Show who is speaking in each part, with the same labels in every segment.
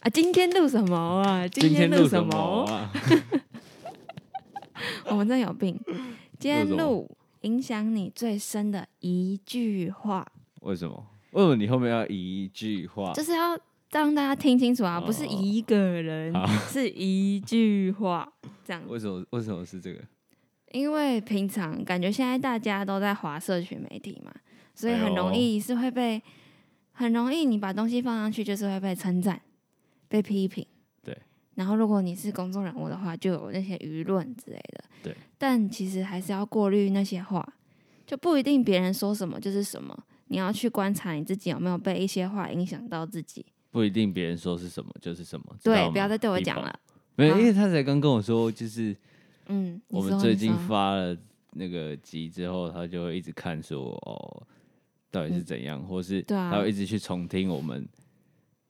Speaker 1: 啊，今天录什么啊？
Speaker 2: 今
Speaker 1: 天
Speaker 2: 录
Speaker 1: 什
Speaker 2: 么？ 啊？
Speaker 1: 哦我们真有病。今天
Speaker 2: 录什么
Speaker 1: 录影响你最深的一句话，
Speaker 2: 为什么？为什么你后面要一句话？
Speaker 1: 就是要让大家听清楚啊，不是
Speaker 2: 哦
Speaker 1: 一个人
Speaker 2: 好，
Speaker 1: 是一句话这样。
Speaker 2: 为什么？为什么是这个？
Speaker 1: 因为平常感觉现在大家都在划社群媒体嘛，所以
Speaker 2: 哎呦
Speaker 1: 很容易是会被，很容易你把东西放上去就是会被称赞、被批评。
Speaker 2: 对。
Speaker 1: 然后如果你是公众人物的话，就有那些舆论之类的。
Speaker 2: 对。
Speaker 1: 但其实还是要过滤那些话，就不一定别人说什么就是什么，你要去观察你自己有没有被一些话影响到自己。
Speaker 2: 不一定别人说是什么就是什么。知道
Speaker 1: 对，
Speaker 2: 吗
Speaker 1: 不要再对我讲。了。
Speaker 2: 没有，
Speaker 1: 好
Speaker 2: 因为他才刚跟我说，就是
Speaker 1: 嗯，你
Speaker 2: 我们
Speaker 1: 说
Speaker 2: 最
Speaker 1: 你
Speaker 2: 近
Speaker 1: 说
Speaker 2: 发了那个集之后，他就会一直看说哦，到底是怎样，或是
Speaker 1: 对啊
Speaker 2: 他会一直去重听我们。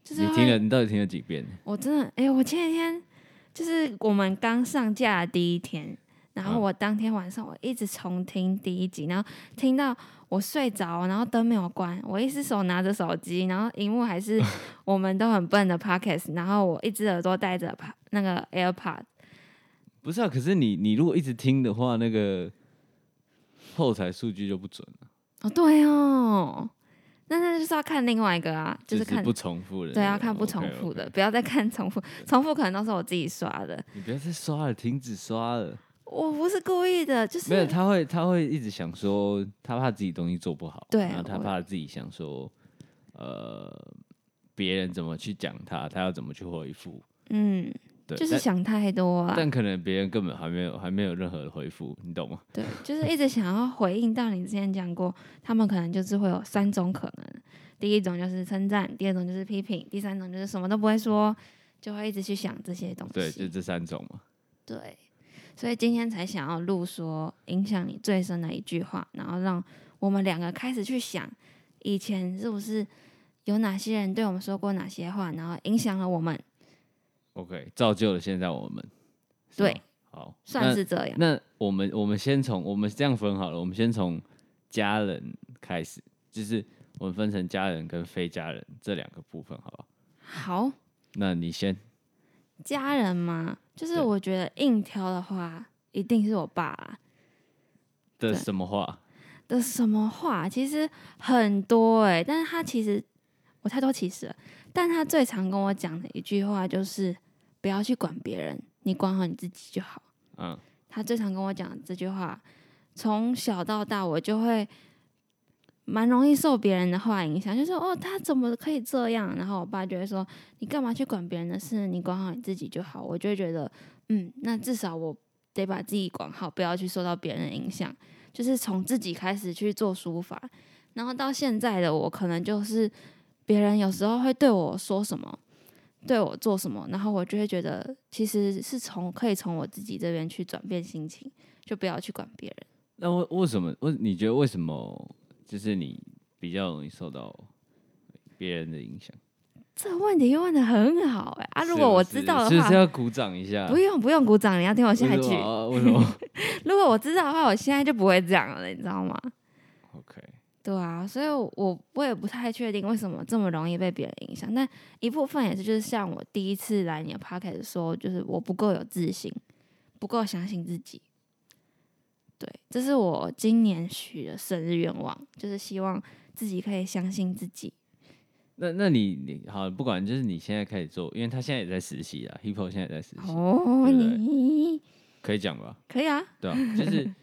Speaker 1: 就是
Speaker 2: 你
Speaker 1: 会
Speaker 2: 听了，你到底听了几遍？
Speaker 1: 我真的，哎、我前几天就是我们刚上架的第一天，然后
Speaker 2: 嗯
Speaker 1: 我当天晚上我一直重听第一集，然后听到我睡着，然后灯没有关，我一只手拿着手机，然后荧幕还是我们都很 笨的 Pockets，然后我一只耳朵戴着 pa- 那个 AirPod，
Speaker 2: 不是啊，可是你你如果一直听的话，那个后台数据就不准了，
Speaker 1: 哦对哦，那那就是要看另外一个啊，就
Speaker 2: 就是
Speaker 1: 看
Speaker 2: 不重复的那个。
Speaker 1: 对要看不重
Speaker 2: OK，OK
Speaker 1: 复的，不要再看重复， 重复可能都是我自己刷的，
Speaker 2: 你不要再刷了，停止刷了。
Speaker 1: 我不是故意的，就是
Speaker 2: 没有，他会他会一直想说，他怕自己东西做不好，
Speaker 1: 对
Speaker 2: 然后他
Speaker 1: 我
Speaker 2: 怕自己想说，呃，别人怎么去讲他，他要怎么去回复，
Speaker 1: 嗯，
Speaker 2: 对，
Speaker 1: 就是
Speaker 2: 但
Speaker 1: 想太多啊了。
Speaker 2: 但可能别人根本还没有还没有任何的回复，你懂吗？
Speaker 1: 对，就是一直想要回应到你之前讲过，他们可能就是会有三种可能，第一种就是称赞，第二种就是批评，第三种就是什么都不会说，就会一直去想这些东西。
Speaker 2: 对，就这三种嘛。
Speaker 1: 对所以今天才想要录说影响你最深的一句话，然后让我们两个开始去想，以前是不是有哪些人对我们说过哪些话，然后影响了我们，
Speaker 2: OK，造就了现在我们。是
Speaker 1: 对
Speaker 2: 吗，好，
Speaker 1: 算是这样。
Speaker 2: 那。那我们我们先从我们这样分好了，我们先从家人开始，就是我们分成家人跟非家人这两个部分，好不好？
Speaker 1: 好，
Speaker 2: 那你先，
Speaker 1: 家人嘛，就是
Speaker 2: 对
Speaker 1: 我觉得硬挑的话，一定是我爸啦。
Speaker 2: 的
Speaker 1: 对
Speaker 2: 什么话？
Speaker 1: 的什么话，其实很多哎、但是他其实我太多歧视了，但他最常跟我讲的一句话就是不要去管别人，你管好你自己就好。
Speaker 2: 嗯，
Speaker 1: 他最常跟我讲的这句话，从小到大我就会蛮容易受别人的话影响，就说哦他怎么可以这样，然后我爸就会说你干嘛去管别人的事，你管好你自己就好。我就会觉得嗯，那至少我得把自己管好，不要去受到别人的影响，就是从自己开始去做书法。然后到现在的我，可能就是别人有时候会对我说什么，对我做什么，然后我就会觉得其实是从可以从我自己这边去转变心情，就不要去管别人。
Speaker 2: 那为为什么？为你觉得为什么？就是你比较容易受到别人的影响
Speaker 1: 这个问题问的很好哎、啊！
Speaker 2: 是
Speaker 1: 如果我
Speaker 2: 不是
Speaker 1: 知道的
Speaker 2: 是不
Speaker 1: 话，
Speaker 2: 是要鼓掌一下？
Speaker 1: 不用不用鼓掌，你要听我下一
Speaker 2: 为什
Speaker 1: 句
Speaker 2: 么。啊为什么
Speaker 1: 如果我知道的话，我现在就不会这样了，你知道吗？
Speaker 2: ？OK，
Speaker 1: 对啊，所以我我也不太确定为什么这么容易被别人影响，但一部分也是就是像我第一次来你的 p o c a s t 说，就是我不够有自信，不够相信自己。对，这是我今年许的生日愿望，就是希望自己可以相信自己。
Speaker 2: 那那你你好，不管就是你现在开始做，因为他现在也在实习啊，Hippo 现在也在实习，
Speaker 1: 哦，
Speaker 2: 对不对
Speaker 1: 你
Speaker 2: 可以讲吧？
Speaker 1: 可以啊，
Speaker 2: 对啊，就是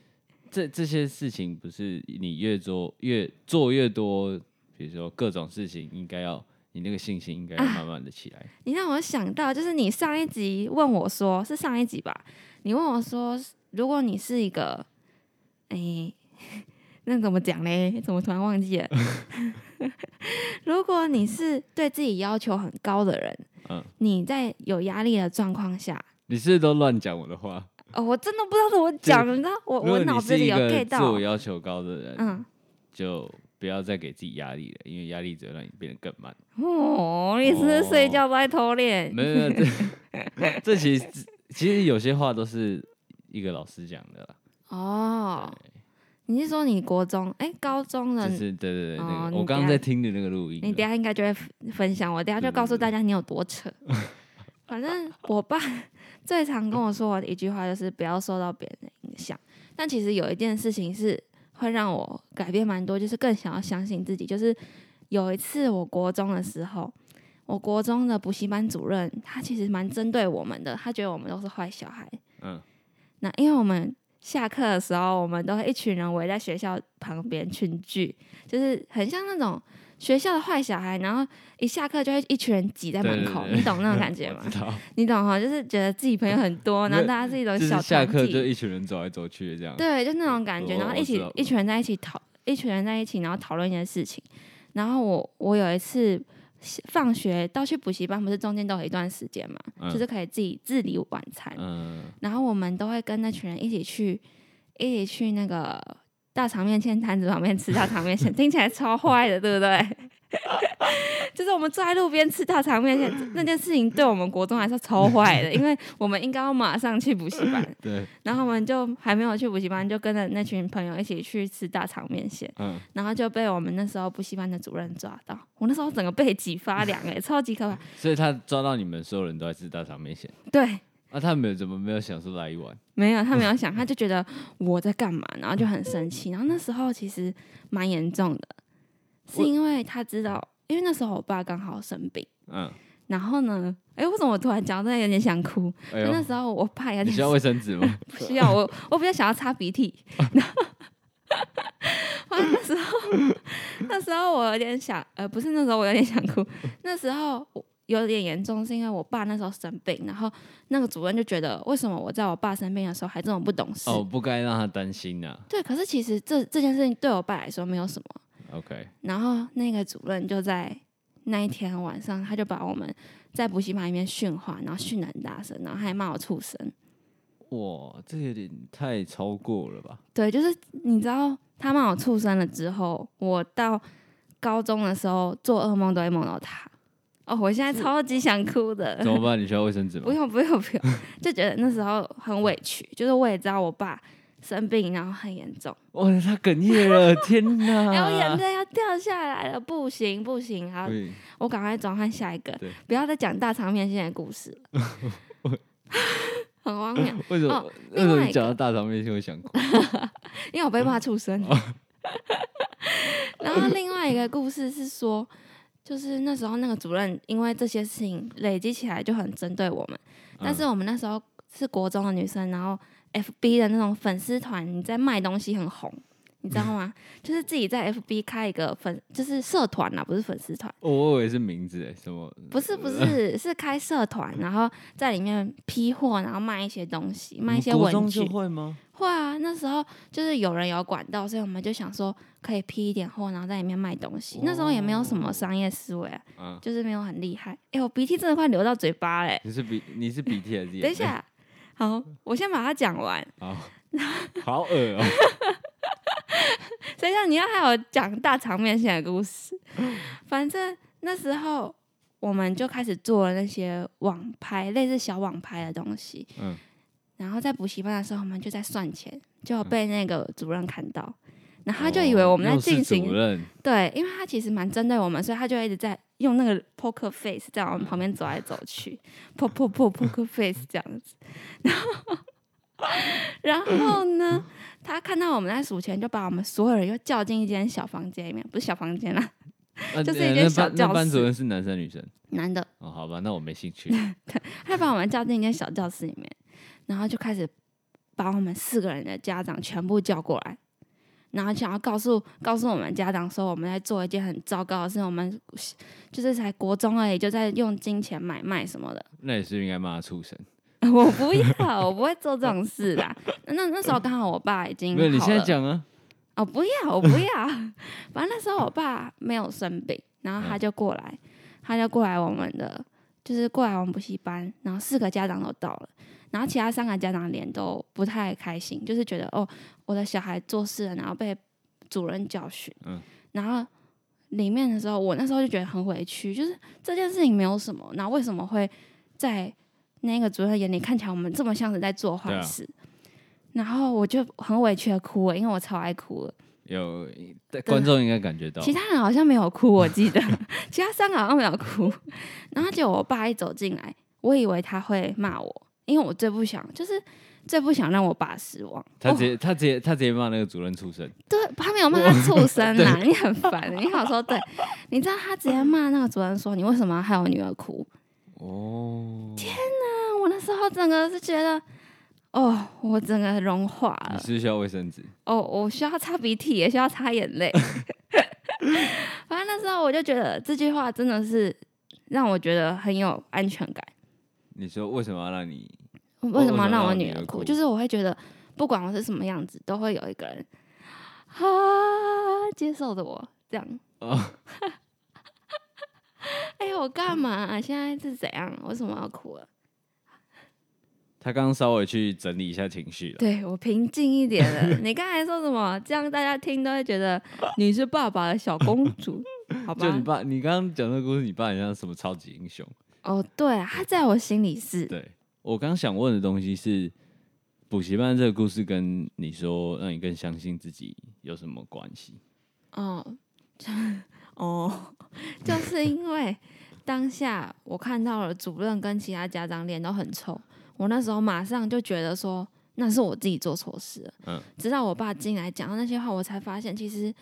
Speaker 2: 这这些事情，不是你越做越做越多，比如说各种事情，应该要你那个信心应该要
Speaker 1: 啊
Speaker 2: 慢慢的起来。
Speaker 1: 你让我想到，就是你上一集问我说，是上一集吧？你问我说，如果你是一个，哎、 那怎么讲嘞？怎么突然忘记了？ 如果你是对自己要求很高的人，
Speaker 2: 嗯，
Speaker 1: 你在有压力的状况下，
Speaker 2: 你是不是都乱讲我的话？
Speaker 1: 哦，我真的不知道怎么讲，你知道，我
Speaker 2: 如果
Speaker 1: 我脑
Speaker 2: 你
Speaker 1: 子
Speaker 2: 是
Speaker 1: 里
Speaker 2: 一
Speaker 1: 有
Speaker 2: 个
Speaker 1: get
Speaker 2: 自
Speaker 1: 到
Speaker 2: 我，要求高的人，
Speaker 1: 嗯，
Speaker 2: 就不要再给自己压力了，因为压力只会让你变得更 慢。
Speaker 1: 哦，你是不是睡觉都在偷练？
Speaker 2: 没有，没有这这其实其实有些话都是一个老师讲的啦。
Speaker 1: 哦，你是说你国中哎、高中的？
Speaker 2: 就是对对对，那
Speaker 1: 哦
Speaker 2: 个
Speaker 1: 你
Speaker 2: 我刚
Speaker 1: 等
Speaker 2: 刚
Speaker 1: 下
Speaker 2: 在听的那个录音啊，
Speaker 1: 你等一下应该就会分分享，我等一下就告诉大家你有多 扯。反正我爸 最常跟我说的一句话就是不要受到别人的影响。但其实有一件事情是会让我改变蛮多，就是更想要相信自己。就是有一次我国中的时候，我国中的补习班主任他其实蛮针对我们的，他觉得我们都是坏小孩。
Speaker 2: 嗯，
Speaker 1: 那因为我们下课的时候，我们都会一群人围在学校旁边群聚，就是很像那种学校的坏小孩，然后一下课就会一群人挤在门口，
Speaker 2: 对对对
Speaker 1: 你懂那种感觉吗
Speaker 2: 我？知道，
Speaker 1: 你懂哈，就是觉得自己朋友很多，
Speaker 2: 没
Speaker 1: 然
Speaker 2: 有
Speaker 1: 后大家是一种
Speaker 2: 就是
Speaker 1: 小
Speaker 2: 下
Speaker 1: 团
Speaker 2: 课就
Speaker 1: 体，
Speaker 2: 一群人走来走去这样，
Speaker 1: 对，就那种感觉，
Speaker 2: 我
Speaker 1: 然后一
Speaker 2: 我
Speaker 1: 起
Speaker 2: 知道
Speaker 1: 一群人在一起讨，一群人在一起，然后讨论一些事情。然后我我有一次放学到去补习班，不是中间都有一段时间嘛，
Speaker 2: 嗯
Speaker 1: 就是可以自己自理晚餐，
Speaker 2: 嗯，
Speaker 1: 然后我们都会跟那群人一起去，一起去那个大肠面线摊子旁边吃大肠面线，听起来超坏的，对不对？ 就是我们坐在路边吃大肠面线那件事情，对我们国中来说超坏的，因为我们应该要马上去补习班，
Speaker 2: 对，
Speaker 1: 然后我们就还没有去补习班，就跟着那群朋友一起去吃大肠面线，
Speaker 2: 嗯，
Speaker 1: 然后就被我们那时候补习班的主任抓到，我那时候整个背脊发凉哎、超级可怕。
Speaker 2: 所以他抓到你们所有人都在吃大肠面线，
Speaker 1: 对，
Speaker 2: 那他们有怎么没有想说来一碗？
Speaker 1: 没有，他
Speaker 2: 哦
Speaker 1: 没有想，他就觉得我在干嘛，然后就很生气。然后那时候其实蛮严重的，是
Speaker 2: 我
Speaker 1: 因为他知道，因为那时候我爸刚好生病，
Speaker 2: 嗯，
Speaker 1: 然后呢，哎，为什么我突然讲到这有点想哭？
Speaker 2: 哎
Speaker 1: 那
Speaker 2: 呦，
Speaker 1: 时候我爸有
Speaker 2: 你
Speaker 1: 点
Speaker 2: 需要卫生纸 吗？
Speaker 1: 不需要我，我比较想要擦鼻 涕。 然后我那时候，那时候我有点想，呃，不是那时候我有点想哭，那时候我有点严重，是因为我爸那时候生病，然后那个主任就觉得，为什么我在我爸生病的时候还这么不懂事？
Speaker 2: 哦，不该让他担心啊呐。
Speaker 1: 对，可是其实这这件事情对我爸来说没有什么。
Speaker 2: OK，
Speaker 1: 然后那个主任就在那一天晚上，他就把我们在补习班里面训话，然后训得很大声，然后还骂我畜生。
Speaker 2: 哇，这有点太超过了 吧？
Speaker 1: 对，就是你知道他骂我畜生了之后，我到高中的时候做噩梦都会梦到他。哦，我现在超级想哭的
Speaker 2: 怎。么办？你需要卫生纸
Speaker 1: 不
Speaker 2: 吗？
Speaker 1: 用不用不用，就觉得那时候很委屈，就是我也知道我爸生病，然后很严重。
Speaker 2: 哇，他哽咽 了，天哪！
Speaker 1: 哎、我眼泪要掉下来了，不行不行，好，
Speaker 2: 对
Speaker 1: 我赶快转换下一个
Speaker 2: 对，
Speaker 1: 不要再讲大肠面线的故事了，很荒谬，
Speaker 2: 为什么？
Speaker 1: 哦
Speaker 2: 为什么
Speaker 1: 另外
Speaker 2: 你
Speaker 1: 一
Speaker 2: 讲到大肠面线会想哭？
Speaker 1: 因为我被骂畜生。然后另外一个故事是说，就是那时候那个主任因为这些事情累积起来就很针对我们，
Speaker 2: 嗯
Speaker 1: 但是我们那时候是国中的女生，然后 FB 的那种粉丝团，你在卖东西很红。你知道吗？ 就是自己在 FB 开一个粉，就是社团啊啦，不是粉丝团。
Speaker 2: 哦我以为是名字哎，什么？
Speaker 1: 不是不是， 是开社团，然后在里面批货，然后卖一些东西，卖一些
Speaker 2: 你国
Speaker 1: 文
Speaker 2: 中
Speaker 1: 具
Speaker 2: 就。会吗？
Speaker 1: 会啊，那时候就是有人有管道，所以我们就想说可以批一点货，然后在里面卖东西。那时候也没有什么商业思维、啊，
Speaker 2: 啊，
Speaker 1: 就是没有很厉害。哎、我鼻涕真的快流到嘴巴嘞、
Speaker 2: 你是鼻你是鼻涕还是眼泪？
Speaker 1: 等一下，好，我先把它讲完。
Speaker 2: 好，好恶 哦、
Speaker 1: 谁让你要还有讲大肠面线的故 事？反正那时候我们就开始做了那些网拍，类似小网拍的东西。
Speaker 2: 嗯，
Speaker 1: 然后在补习班的时候，我们就在算钱，就被那个主任看到，然后他就以为我们在
Speaker 2: 嗯哦又是
Speaker 1: 进行、
Speaker 2: 主任，
Speaker 1: 对，因为他其实蛮针对我们，所以他就一直在用那个 poker face 在我们旁边走来走去，po po po poker face 这样子。然后，然后呢，他看到我们在数钱，就把我们所有人又叫进一间小房间里面，不是小房间啦，
Speaker 2: 那
Speaker 1: 就是
Speaker 2: 那
Speaker 1: 一间
Speaker 2: 那
Speaker 1: 小
Speaker 2: 班
Speaker 1: 教
Speaker 2: 那班主
Speaker 1: 室
Speaker 2: 任是男生女生？
Speaker 1: 男的，
Speaker 2: 哦，好吧，那我没兴 趣。
Speaker 1: 他把我们叫进一间小教室里面，然后就开始把我们四个人的家长全部叫过来，然后想要告诉告诉我们家长说我们在做一件很糟糕的事，我们就是才国中而已，就在用金钱买卖什么的。
Speaker 2: 那也是应该骂他畜生。
Speaker 1: 我不要，我不会做这种事啦。那那时候刚好我爸已经
Speaker 2: 没有，你
Speaker 1: 嗯好
Speaker 2: 现在
Speaker 1: 了
Speaker 2: 讲啊。
Speaker 1: 哦，不要，我不要。反正那时候我爸没有生病，然后
Speaker 2: 嗯
Speaker 1: 他就过来，他就过来我们的，就是过来我们补习班，然后四个家长都到了，然后其他三个家长脸都不太开心，就是觉得哦，我的小孩做事了，然后被主任教训。
Speaker 2: 嗯
Speaker 1: 然后里面的时候，我那时候就觉得很委屈，就是这件事情没有什么，然后为什么会在那个主任眼里看起来我们这么像是在做坏
Speaker 2: 对啊
Speaker 1: 事？然后我就很委屈的哭了，因为我超爱哭了。
Speaker 2: 有观众应该感觉到，
Speaker 1: 其他人好像没有哭，我记得 其他三个好像没有哭。然后结果我爸一走进来，我以为他会骂我，因为我最不想就是最不想让我爸失望。
Speaker 2: 他
Speaker 1: 哦
Speaker 2: 直接他直接他直接骂那个主任畜生，
Speaker 1: 对他没有骂他畜生 啦，你很烦。你好说对，你知道他直接骂那个主任说你为什么要害我女儿哭？
Speaker 2: 哦，
Speaker 1: 那我那时候整个是觉得，哦，我整个融化
Speaker 2: 你
Speaker 1: 了
Speaker 2: 是。不是需要卫生纸，
Speaker 1: 哦，我需要擦鼻涕，也需要擦眼泪。 反正那时候我就觉得这句话真的是让我觉得很有安全感。
Speaker 2: 你说为什么要让你
Speaker 1: 为什么要让我
Speaker 2: 为什么要让
Speaker 1: 女
Speaker 2: 女
Speaker 1: 儿
Speaker 2: 儿
Speaker 1: 哭？
Speaker 2: 哭
Speaker 1: 就是我会觉得，不管我是什么样子，都会有一个人啊接受着我这样。
Speaker 2: 哦，
Speaker 1: 哎、我干嘛啊、现在是怎样？为什么要哭啊了？
Speaker 2: 他刚刚稍微去整理一下情绪了，
Speaker 1: 对我平静一点了。 你刚才说什么？这样大家听都会觉得你是爸爸的小公主，好吧
Speaker 2: 就？你爸，你刚刚讲那个故事，你爸很像什么超级英雄？
Speaker 1: 哦，对、啊，他在我心里是。
Speaker 2: 对我刚想问的东西是，补习班这个故事跟你说让你更相信自己有什么关系？
Speaker 1: 哦，就哦， 就是因为当下我看到了主任跟其他家长脸都很臭，我那时候马上就觉得说那是我自己做错事了。
Speaker 2: 嗯，
Speaker 1: 直到我爸进来讲到那些话，我才发现其实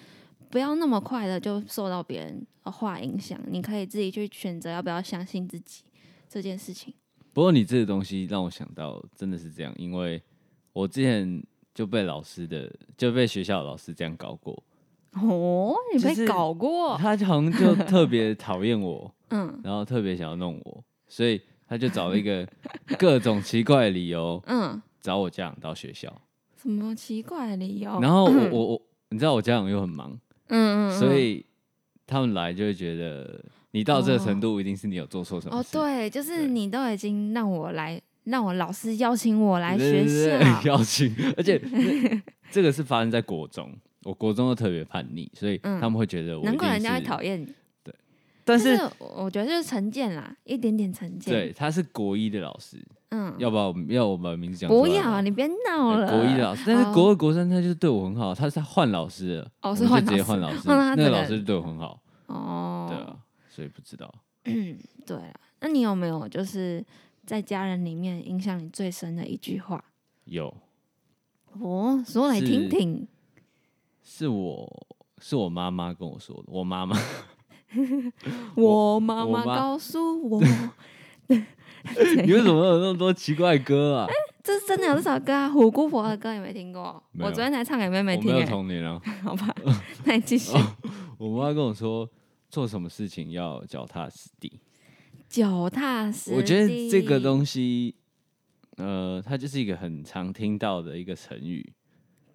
Speaker 1: 不要那么快的就受到别人的话影响，你可以自己去选择要不要相信自己这件事情。
Speaker 2: 不过你这个东西让我想到，真的是这样，因为我之前就被老师的就被学校的老师这样搞过，
Speaker 1: 哦，你
Speaker 2: 就
Speaker 1: 被
Speaker 2: 是
Speaker 1: 搞过？
Speaker 2: 他好像就特别讨厌我，
Speaker 1: 嗯
Speaker 2: 然后特别想要弄我，所以他就找了一个各种奇怪的理由
Speaker 1: 嗯，
Speaker 2: 找我家长到学校，
Speaker 1: 什么奇怪的理由？
Speaker 2: 然后我我我，你知道我家长又很忙，
Speaker 1: 嗯嗯，嗯
Speaker 2: 所以他们来就会觉得你到这个程度，一定是你有做错什么
Speaker 1: 哦，
Speaker 2: 事。
Speaker 1: 对，就是
Speaker 2: 对
Speaker 1: 你都已经让我来，让我老师邀请我来
Speaker 2: 对
Speaker 1: 学
Speaker 2: 对对对
Speaker 1: 校，
Speaker 2: 邀请， 而且那这个是发生在国中，我国中又特别叛逆，所以
Speaker 1: 嗯
Speaker 2: 他们会觉得我
Speaker 1: 难
Speaker 2: 一定
Speaker 1: 怪人家会
Speaker 2: 是
Speaker 1: 讨厌你。
Speaker 2: 但
Speaker 1: 但
Speaker 2: 是
Speaker 1: 我我觉得就是成见啦，一点点成见。
Speaker 2: 对，，他是国一的老师，
Speaker 1: 嗯，
Speaker 2: 要把我们要我把名字讲出来
Speaker 1: 不
Speaker 2: 吗
Speaker 1: 要，你别闹
Speaker 2: 对
Speaker 1: 了。
Speaker 2: 国一的老师，但是国二、国三他就是对我很好，他是换老师了，
Speaker 1: 哦
Speaker 2: 我
Speaker 1: 是
Speaker 2: 们就
Speaker 1: 换
Speaker 2: 直接
Speaker 1: 老师
Speaker 2: 换老师，
Speaker 1: 换他
Speaker 2: 那个
Speaker 1: 整
Speaker 2: 老
Speaker 1: 个
Speaker 2: 师对我很好，对
Speaker 1: 哦，
Speaker 2: 啊，所以不知道。
Speaker 1: 对了，那你有没有就是在家人里面影响你最深的一句话？
Speaker 2: 有
Speaker 1: 哦，说来
Speaker 2: 是
Speaker 1: 听听。
Speaker 2: 是我是我妈妈跟我说的，我妈妈
Speaker 1: 我妈
Speaker 2: 我
Speaker 1: 妈
Speaker 2: 妈
Speaker 1: 告诉我，
Speaker 2: 你为什么有那么多奇怪 歌啊？
Speaker 1: 这是真的有这首歌啊，虎姑婆的歌有没有听过？
Speaker 2: 没
Speaker 1: 我
Speaker 2: 有
Speaker 1: 昨天才唱给妹妹
Speaker 2: 我没
Speaker 1: 听、
Speaker 2: 有
Speaker 1: 欸，
Speaker 2: 童年啊。
Speaker 1: 好吧，那你继续。
Speaker 2: 哦我妈跟我说，做什么事情要脚踏实地。
Speaker 1: 脚踏实地。
Speaker 2: 我觉得这个东西，呃，它就是一个很常听到的一个成语，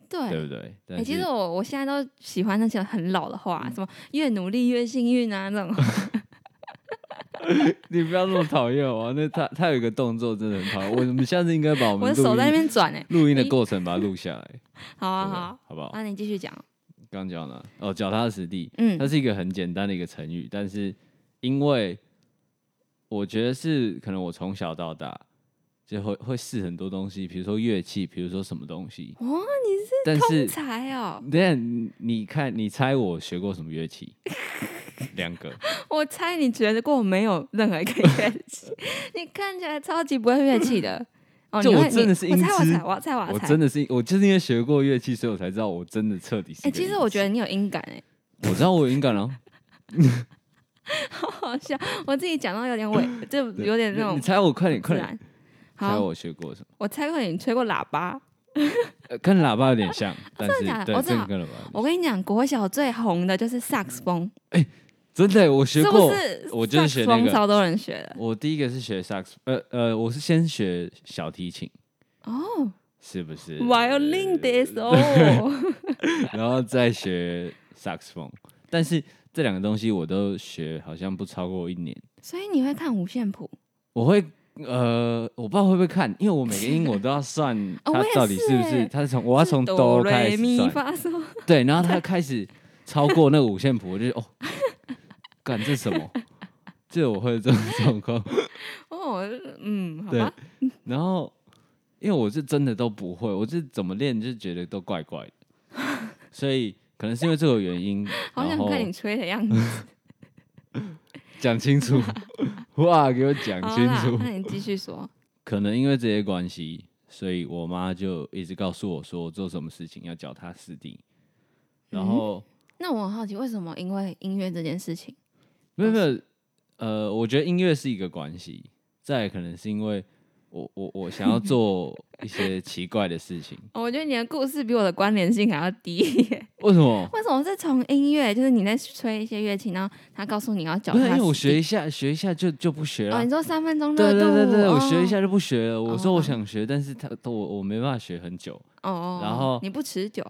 Speaker 1: 对。
Speaker 2: 对不对？嗯
Speaker 1: 哎、
Speaker 2: 但是
Speaker 1: 其实我我现在都喜欢那些很老的话，什么越努力越幸运啊，这种
Speaker 2: 哦你不要那么讨厌我啊。那他他有一个动作真的很讨厌，我我们下次应该把我
Speaker 1: 我
Speaker 2: 们
Speaker 1: 的
Speaker 2: 录
Speaker 1: 手在那
Speaker 2: 音
Speaker 1: 边转哎。
Speaker 2: 录音的过程把它录下来，
Speaker 1: 好
Speaker 2: 对哦
Speaker 1: 啊好
Speaker 2: 不对
Speaker 1: 啊，
Speaker 2: 好不好？
Speaker 1: 那你继续讲。
Speaker 2: 刚讲了哦，脚踏实地，
Speaker 1: 嗯
Speaker 2: 它是一个很简单的一个成语，但是因为我觉得是可能我从小到大就会会试很多东西，比如说乐器，比如说什么东西，
Speaker 1: 哇，你
Speaker 2: 但
Speaker 1: 是
Speaker 2: 是
Speaker 1: 才哦，
Speaker 2: 等一下你你看，你猜我学过什么 乐器？两个，
Speaker 1: 我猜你觉得过我没有任何一个乐器， 你看起来超级不会乐器的。哦，
Speaker 2: 就
Speaker 1: 你
Speaker 2: 我
Speaker 1: 会
Speaker 2: 真的是
Speaker 1: 你我
Speaker 2: 音
Speaker 1: 猜我
Speaker 2: 痴
Speaker 1: 猜我猜我
Speaker 2: 我
Speaker 1: 猜。
Speaker 2: 真的是我就是因为学过乐器，所以我才知道我真的彻底是
Speaker 1: 哎、
Speaker 2: 个音痴。
Speaker 1: 其实我觉得你有音感哎、
Speaker 2: 我知道我有音感啊 了、
Speaker 1: 好 好笑，我自己讲到有 点伪，就有点那
Speaker 2: 你
Speaker 1: 种
Speaker 2: 猜我快点
Speaker 1: 自
Speaker 2: 快点，
Speaker 1: 然。
Speaker 2: 猜
Speaker 1: 好，
Speaker 2: 我学过什么？
Speaker 1: 我猜过你吹过喇叭。
Speaker 2: 呃跟喇叭有点 像，但是
Speaker 1: 假的
Speaker 2: 对，
Speaker 1: 我知
Speaker 2: 真
Speaker 1: 道
Speaker 2: 的跟喇叭有点
Speaker 1: 我跟你讲，国小最红的就是萨克斯风，
Speaker 2: 真的我学
Speaker 1: 是
Speaker 2: 过
Speaker 1: 不，是？
Speaker 2: 我就是学
Speaker 1: 萨
Speaker 2: 那个
Speaker 1: 克斯风超多人学的
Speaker 2: 我第一个是学萨克斯，呃呃，我是先学小提琴，
Speaker 1: 哦
Speaker 2: 是不是
Speaker 1: ，violin this 哦，
Speaker 2: 然后再学萨克斯风。但是这两个东西我都学，好像不超过一年。
Speaker 1: 所以你会看五线谱
Speaker 2: 我会呃，我不知道会不会看，因为我每个音我都要算
Speaker 1: 哦我
Speaker 2: 它
Speaker 1: 也
Speaker 2: 到底是不
Speaker 1: 是
Speaker 2: 是，它是从我要从哆
Speaker 1: 哆
Speaker 2: 开
Speaker 1: 来
Speaker 2: 始
Speaker 1: 咪
Speaker 2: 算，
Speaker 1: 发嗦，
Speaker 2: 对，然后它开始超过那个五线谱，我就哦，干这是什么？ 这我会这种状况。
Speaker 1: 哦，嗯，好
Speaker 2: 对
Speaker 1: 吧，，
Speaker 2: 然后因为我是真的都不会，我是怎么练就觉得都怪怪 的，所以可能是因为这个原因，
Speaker 1: 好
Speaker 2: 然
Speaker 1: 想
Speaker 2: 后
Speaker 1: 看你吹的样子。
Speaker 2: 讲清楚， 哇，给我讲
Speaker 1: 好
Speaker 2: 清
Speaker 1: 啦，
Speaker 2: 楚。
Speaker 1: 那你继续说。
Speaker 2: 可能因为这些关系，所以我妈就一直告诉我说，做什么事情要脚踏实地。然后，
Speaker 1: 那我很好奇，为什么因为音乐这件事情，
Speaker 2: 没有没有，呃，我觉得音乐是一个关系，再来可能是因为我我我想要做一些奇怪的事情。
Speaker 1: 哦我觉得你的故事比我的关联性还要低耶。
Speaker 2: 为什么？
Speaker 1: 为什么是从音乐，就是你在吹一些乐器，然后他告诉你要脚
Speaker 2: 不
Speaker 1: 踏实
Speaker 2: 是因
Speaker 1: 地？
Speaker 2: 为我学一下学一下就就不学了
Speaker 1: 哦，。你说三分钟热
Speaker 2: 对啊
Speaker 1: 度，
Speaker 2: 对对对，
Speaker 1: 哦
Speaker 2: 我学一下就不学了。我说
Speaker 1: 哦
Speaker 2: 我想学，但是他都我我没办法学很久。
Speaker 1: 哦哦，
Speaker 2: 然
Speaker 1: 哦
Speaker 2: 后
Speaker 1: 你不持久，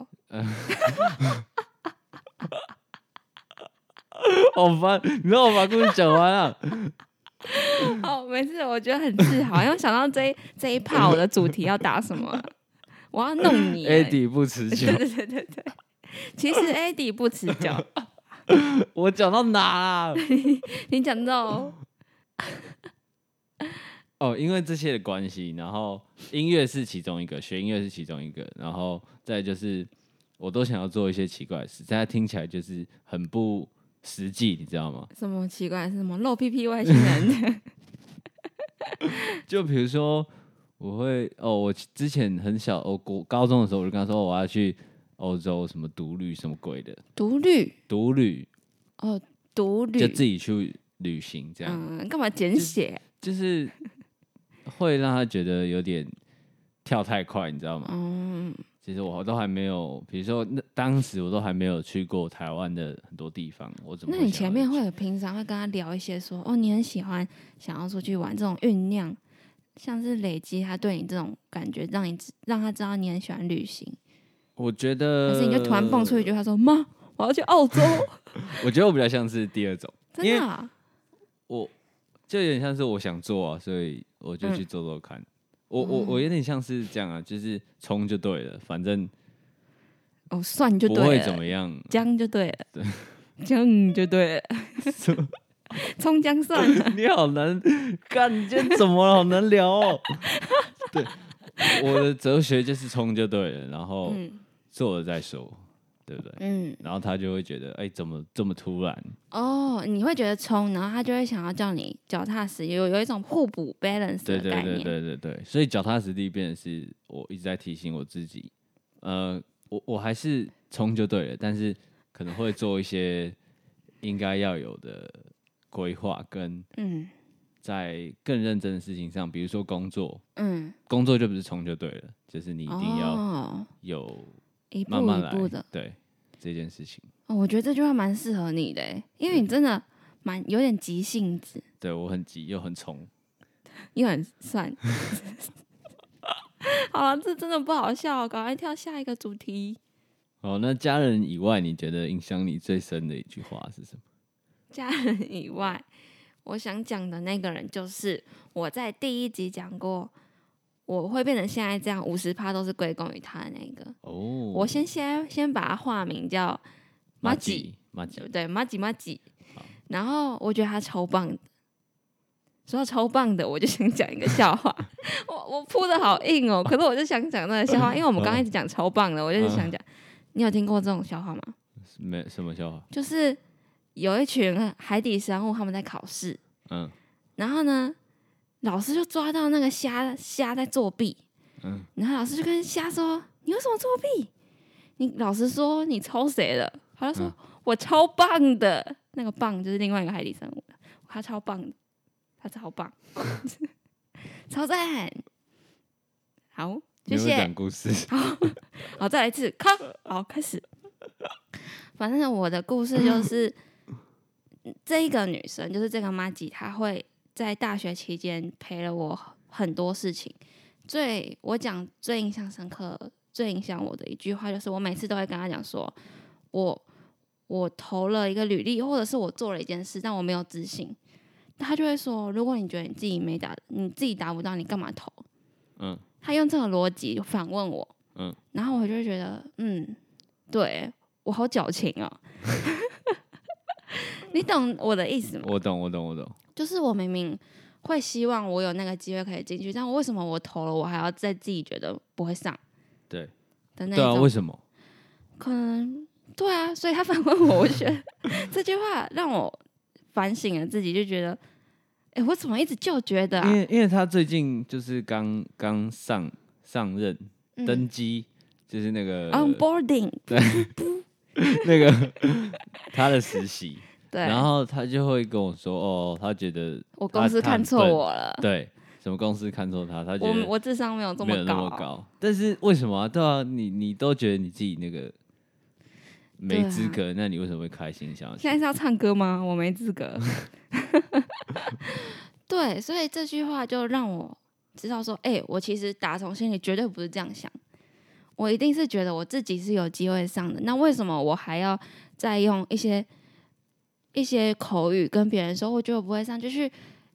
Speaker 2: 好烦，你让我把故事讲完了。
Speaker 1: 哦，没事，我觉得很自豪，因为想到这一这一趴我的主题要打什么， 我要弄 你哎耶。
Speaker 2: Eddie 不持久
Speaker 1: 对，对对对对，其实 AD 不持 久，
Speaker 2: 我讲到哪了？
Speaker 1: 你讲到
Speaker 2: 哦，因为这些的关系，然后音乐是其中一个，学音乐是其中一个，然后再就是我都想要做一些奇怪的事，但它听起来就是很不实际，你知道吗？
Speaker 1: 什么奇怪，是什么露屁屁外星人？
Speaker 2: 就比如说，我会哦，我之前很小，我国高中的时候，我就跟他说哦我要去欧洲什么独旅什么鬼的，
Speaker 1: 独立
Speaker 2: 独旅
Speaker 1: 哦，独立
Speaker 2: 就自己去旅行，这样、
Speaker 1: 嗯，干嘛简写？
Speaker 2: 就是会让他觉得有点跳太快，你知道吗？
Speaker 1: 嗯，
Speaker 2: 其实我都还没有，比如说那当时我都还没有去过台湾的很多地方，我怎么？
Speaker 1: 那你前面会有平常会跟他聊一些说，哦，你很喜欢想要出去玩这种酝酿，像是累积他对你这种感觉，让你知让他知道你很喜欢旅行，
Speaker 2: 我觉
Speaker 1: 可
Speaker 2: 得，
Speaker 1: 是你就突然蹦出一句
Speaker 2: 呃
Speaker 1: 话说，妈，我要去澳 洲，
Speaker 2: 我觉得我比较像是第二种，
Speaker 1: 真
Speaker 2: 因为
Speaker 1: 的啊、
Speaker 2: 我就有点像是我想做啊，所以我就
Speaker 1: 嗯
Speaker 2: 去做做看。我我我有点像是这样啊，就是冲就对了，反正
Speaker 1: 哦，算就
Speaker 2: 不会
Speaker 1: 对
Speaker 2: 怎
Speaker 1: 了，
Speaker 2: 么样。
Speaker 1: 姜就对了，姜就对 了，葱姜蒜啊，
Speaker 2: 你好难干，你今天怎么了？好难 聊哦。对，我的哲学就是冲就对了，然后
Speaker 1: 嗯
Speaker 2: 做了再说，对不对？
Speaker 1: 嗯，
Speaker 2: 然后他就会觉得，哎、怎么这么突然？
Speaker 1: 哦，你会觉得冲，然后他就会想要叫你脚踏实地，有有一种互补 balance
Speaker 2: 对
Speaker 1: 的
Speaker 2: 对
Speaker 1: 概念，
Speaker 2: 对对对对，所以脚踏实地变得是我一直在提醒我自己，呃，我我还是冲就对了，但是可能会做一些应该要有的规划，跟
Speaker 1: 嗯
Speaker 2: 在更认真的事情上，比如说工作，
Speaker 1: 嗯，
Speaker 2: 工作就不是冲就对了，就是你一定要
Speaker 1: 哦
Speaker 2: 有
Speaker 1: 一步
Speaker 2: 慢慢
Speaker 1: 一
Speaker 2: 来，
Speaker 1: 步的。
Speaker 2: 对这件事情，
Speaker 1: 哦，我觉得这句话蛮适合你的欸，因为你真的蛮有点急性子，
Speaker 2: 对我很急又很冲，
Speaker 1: 又很算。 好了，这真的不好笑，哦赶快跳下一个主题。
Speaker 2: 哦，那家人以外，你觉得影响你最深的一句话是什么？
Speaker 1: 家人以外，我想讲的那个人就是我在第一集讲过，我会变成现在这样，五十趴都是归功于他的那个。
Speaker 2: 哦，
Speaker 1: 我先先先把他化名叫马吉，
Speaker 2: 马吉
Speaker 1: 对，不对？马吉马吉
Speaker 2: 好。
Speaker 1: 然后我觉得他超棒的，说到超棒的，我就想讲一个笑话。 我我铺的好硬哦，可是我就想讲那个笑话，因为我们刚刚一直讲超棒的，我就是想讲。你有听过这种笑话吗？
Speaker 2: 没什么笑话，
Speaker 1: 就是有一群海底生物他们在考试，
Speaker 2: 嗯
Speaker 1: 然后呢，老师就抓到那个虾虾在作弊，
Speaker 2: 嗯，
Speaker 1: 然后老师就跟虾说：“你为什么作弊？”你老师说：“你抄谁了？”他就说：“
Speaker 2: 嗯
Speaker 1: 我超棒的。”那个棒就是另外一个海底生物的，他超棒的，他超棒， 超赞。好，
Speaker 2: 你
Speaker 1: 谢
Speaker 2: 有没
Speaker 1: 谢
Speaker 2: 有讲。故事？
Speaker 1: 好，再来一次，咔，好，开始。反正我的故事就是，这一个女生，就是这个妈吉，她会在大学期间陪了我很多事情。最我讲最印象深刻、最影响我的一句话，就是我每次都会跟她讲说，我我投了一个履历，或者是我做了一件事，但我没有自信。她就会说，如果你觉得你自己没达，你自己达不到，你干嘛投？
Speaker 2: 嗯，
Speaker 1: 他用这个逻辑反问我，
Speaker 2: 嗯
Speaker 1: 然后我就会觉得，嗯，对我好矫情哦， 你懂我的意思吗？
Speaker 2: 我懂，我懂，我懂。
Speaker 1: 就是我明明会希望我有那个机会可以进去，但为什么我投了，我还要再自己觉得不会上
Speaker 2: 对
Speaker 1: 的那
Speaker 2: 对啊，
Speaker 1: 种？
Speaker 2: 为什么？
Speaker 1: 可能对啊，所以他反问我，我觉得这句话让我反省了自己，就觉得，哎、我怎么一直就觉得
Speaker 2: 因
Speaker 1: 啊，
Speaker 2: 为因为他最近就是刚刚上上任登
Speaker 1: 嗯啊
Speaker 2: 基，就是那个、
Speaker 1: ，onboarding，
Speaker 2: 那 个他的实习，
Speaker 1: 对，
Speaker 2: 然后他就会跟我说，哦，他觉得
Speaker 1: 我公司
Speaker 2: 他
Speaker 1: 看错
Speaker 2: 他很笨
Speaker 1: 我了，
Speaker 2: 对什么公司看错他，他觉
Speaker 1: 嗯我
Speaker 2: 得
Speaker 1: 我智商没有这
Speaker 2: 没有
Speaker 1: 么
Speaker 2: 那么
Speaker 1: 高啊
Speaker 2: 高，但是为什么啊？对啊，你你都觉得你自己那个没
Speaker 1: 对啊
Speaker 2: 资格，那你为什么会开心想要去
Speaker 1: 现在是要唱歌吗？我没资 格。对，所以这句话就让我知道说，哎、我其实打从心里绝对不是这样想，我一定是觉得我自己是有机会上的。那为什么我还要再用一些一些口语跟别人说，我觉得我不会上，就是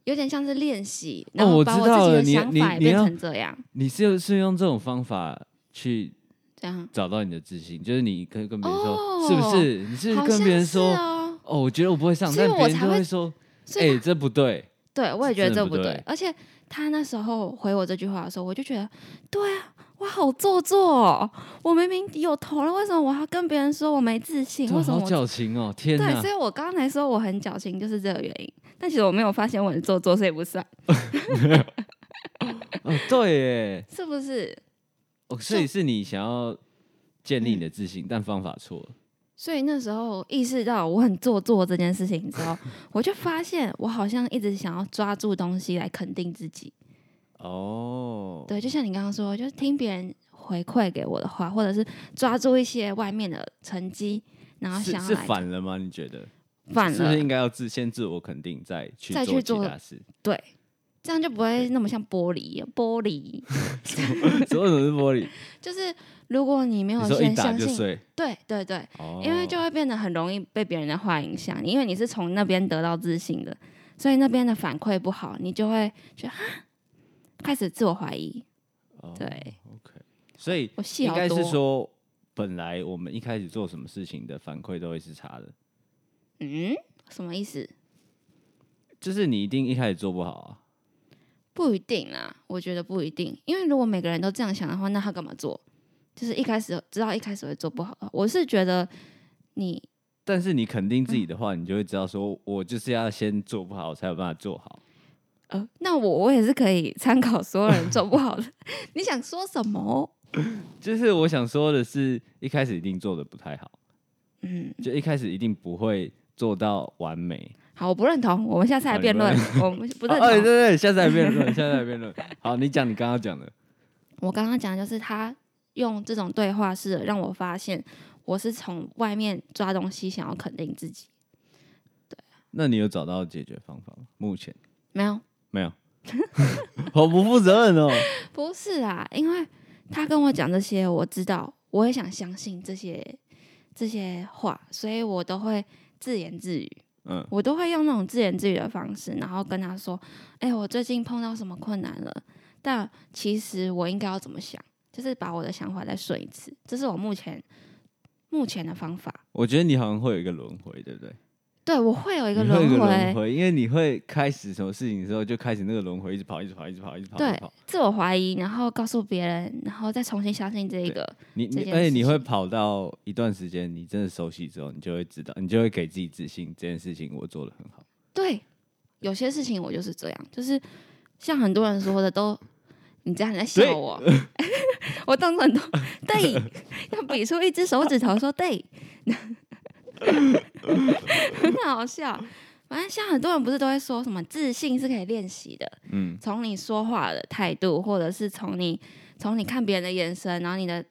Speaker 1: 有点像是练习，然后
Speaker 2: 哦我
Speaker 1: 把
Speaker 2: 知
Speaker 1: 我自
Speaker 2: 道
Speaker 1: 己
Speaker 2: 了
Speaker 1: 的
Speaker 2: 你
Speaker 1: 想
Speaker 2: 你
Speaker 1: 法也
Speaker 2: 你
Speaker 1: 变
Speaker 2: 要
Speaker 1: 成这样，
Speaker 2: 你是是用这种方法去
Speaker 1: 这样。
Speaker 2: 找到你的自信，就是你跟跟别人说，
Speaker 1: 哦
Speaker 2: 是不是？你是不
Speaker 1: 好
Speaker 2: 是跟
Speaker 1: 像
Speaker 2: 别人
Speaker 1: 是
Speaker 2: 说，
Speaker 1: 哦，
Speaker 2: 哦，我觉得我不会上，
Speaker 1: 所以
Speaker 2: 但
Speaker 1: 我
Speaker 2: 别人
Speaker 1: 才
Speaker 2: 就
Speaker 1: 会
Speaker 2: 会说，
Speaker 1: 所以
Speaker 2: 哎、这不对，
Speaker 1: 对，我也觉得
Speaker 2: 真的
Speaker 1: 这
Speaker 2: 不
Speaker 1: 不对。
Speaker 2: 对
Speaker 1: 而且他那时候回我这句话的时候，我就觉得，对啊，我好做作、哦，我明明有投了，为什么我还要跟别人说我没自信？
Speaker 2: 这
Speaker 1: 为什么
Speaker 2: 好
Speaker 1: 我做？
Speaker 2: 矫情哦，天
Speaker 1: 对，
Speaker 2: 哪
Speaker 1: 所！以我刚才说我很矫情，就是这个原因。但其实我没有发现我很做作，所以不算，
Speaker 2: 哦，对耶，
Speaker 1: 是不是？
Speaker 2: 哦，所以是你想要建立你的自信，
Speaker 1: 嗯
Speaker 2: 但方法错了。
Speaker 1: 所以那时候意识到我很做作这件事情之后，我就发现我好像一直想要抓住东西来肯定自己。
Speaker 2: 哦，
Speaker 1: 对，就像你刚刚说，就是听别人回馈给我的话，或者是抓住一些外面的成绩，然后
Speaker 2: 是
Speaker 1: 想要
Speaker 2: 是
Speaker 1: 来
Speaker 2: 反了吗？你觉得
Speaker 1: 反
Speaker 2: 是不是应
Speaker 1: 了，
Speaker 2: 该要自先自我肯定，再去
Speaker 1: 再
Speaker 2: 做
Speaker 1: 去
Speaker 2: 其
Speaker 1: 做
Speaker 2: 他事？
Speaker 1: 对，这样就不会那么像玻璃。玻璃
Speaker 2: 所有人是玻璃，
Speaker 1: 就是如果你 没有
Speaker 2: 你说一
Speaker 1: 先
Speaker 2: 打
Speaker 1: 相
Speaker 2: 就
Speaker 1: 信，
Speaker 2: 碎，
Speaker 1: 对对对，
Speaker 2: 哦，
Speaker 1: 因为就会变得很容易被别人的话影响，因为你是从那边得到自信的，所以那边的反馈不好，你就会觉得哈，开始自我怀疑。
Speaker 2: 哦
Speaker 1: 对，
Speaker 2: ，OK，所以
Speaker 1: 我戏
Speaker 2: 应
Speaker 1: 好
Speaker 2: 该是
Speaker 1: 多，
Speaker 2: 说，本来我们一开始做什么事情的反馈都会是差的，
Speaker 1: 嗯，什么意思？
Speaker 2: 就是你一定一开始做不好啊。
Speaker 1: 不一定啊，我觉得不一定，因为如果每个人都这样想的话，那他干嘛做？就是一开始知道一开始会做不好的话，我是觉得你
Speaker 2: 但是你肯定
Speaker 1: 嗯
Speaker 2: 自己的话，你就会知道说，我就是要先做不好，才有办法做好。
Speaker 1: 呃，那我我也是可以参考所有人做不好的。 你想说什么？
Speaker 2: 就是我想说的是，一开始一定做的不太好，
Speaker 1: 嗯，
Speaker 2: 就一开始一定不会做到完美。
Speaker 1: 好，我不认同，我们下次来
Speaker 2: 好
Speaker 1: 辩论
Speaker 2: 你，
Speaker 1: 我们不
Speaker 2: 不
Speaker 1: 认
Speaker 2: 哦，对对
Speaker 1: 同。
Speaker 2: 对，下次来 辩论，下次来辩论。好，你讲你刚刚讲的，
Speaker 1: 我刚刚讲的就是他用这种对话式的让我发现，我是从外面抓东西，想要肯定自己，
Speaker 2: 那你有找到解决方法吗？目前
Speaker 1: 没有，
Speaker 2: 没有， 好不负责任哦。
Speaker 1: 不是啦，因为他跟我讲这些，我知道，我也想相信这些这些话，所以我都会自言自语，
Speaker 2: 嗯，
Speaker 1: 我都会用那种自言自语的方式，然后跟他说：“哎、我最近碰到什么困难了？但其实我应该要怎么想？就是把我的想法再顺一次，这是我目前目前的方法。
Speaker 2: 我觉得你好像会有一个轮回，对不对？
Speaker 1: 对我会有一
Speaker 2: 一
Speaker 1: 个轮
Speaker 2: 轮
Speaker 1: 回，
Speaker 2: 回，因为你会开始什么事情的时候，就开始那个轮回一直跑，一直跑，一直跑，一直跑，一直
Speaker 1: 对
Speaker 2: 跑。
Speaker 1: 自我怀疑，然后告诉别人，然后再重新相信这一个。
Speaker 2: 你
Speaker 1: 这
Speaker 2: 你，
Speaker 1: 件
Speaker 2: 而且
Speaker 1: 事
Speaker 2: 你会
Speaker 1: 情
Speaker 2: 跑到一段时间，你真的熟悉之后，你就会知道，你就会给自己自信，这件事情我做的很好。
Speaker 1: 对，有些事情我就是这样，就是像很多人说的都。你这样你在
Speaker 2: 对
Speaker 1: 笑我， 我动作很多，对，要比出一只手指头说对， 很好笑。反正像很多人不是都会说什么自信是可以练习的，
Speaker 2: 嗯，
Speaker 1: 从你说话的态度，或者是从你从你看别人的眼神，然后你的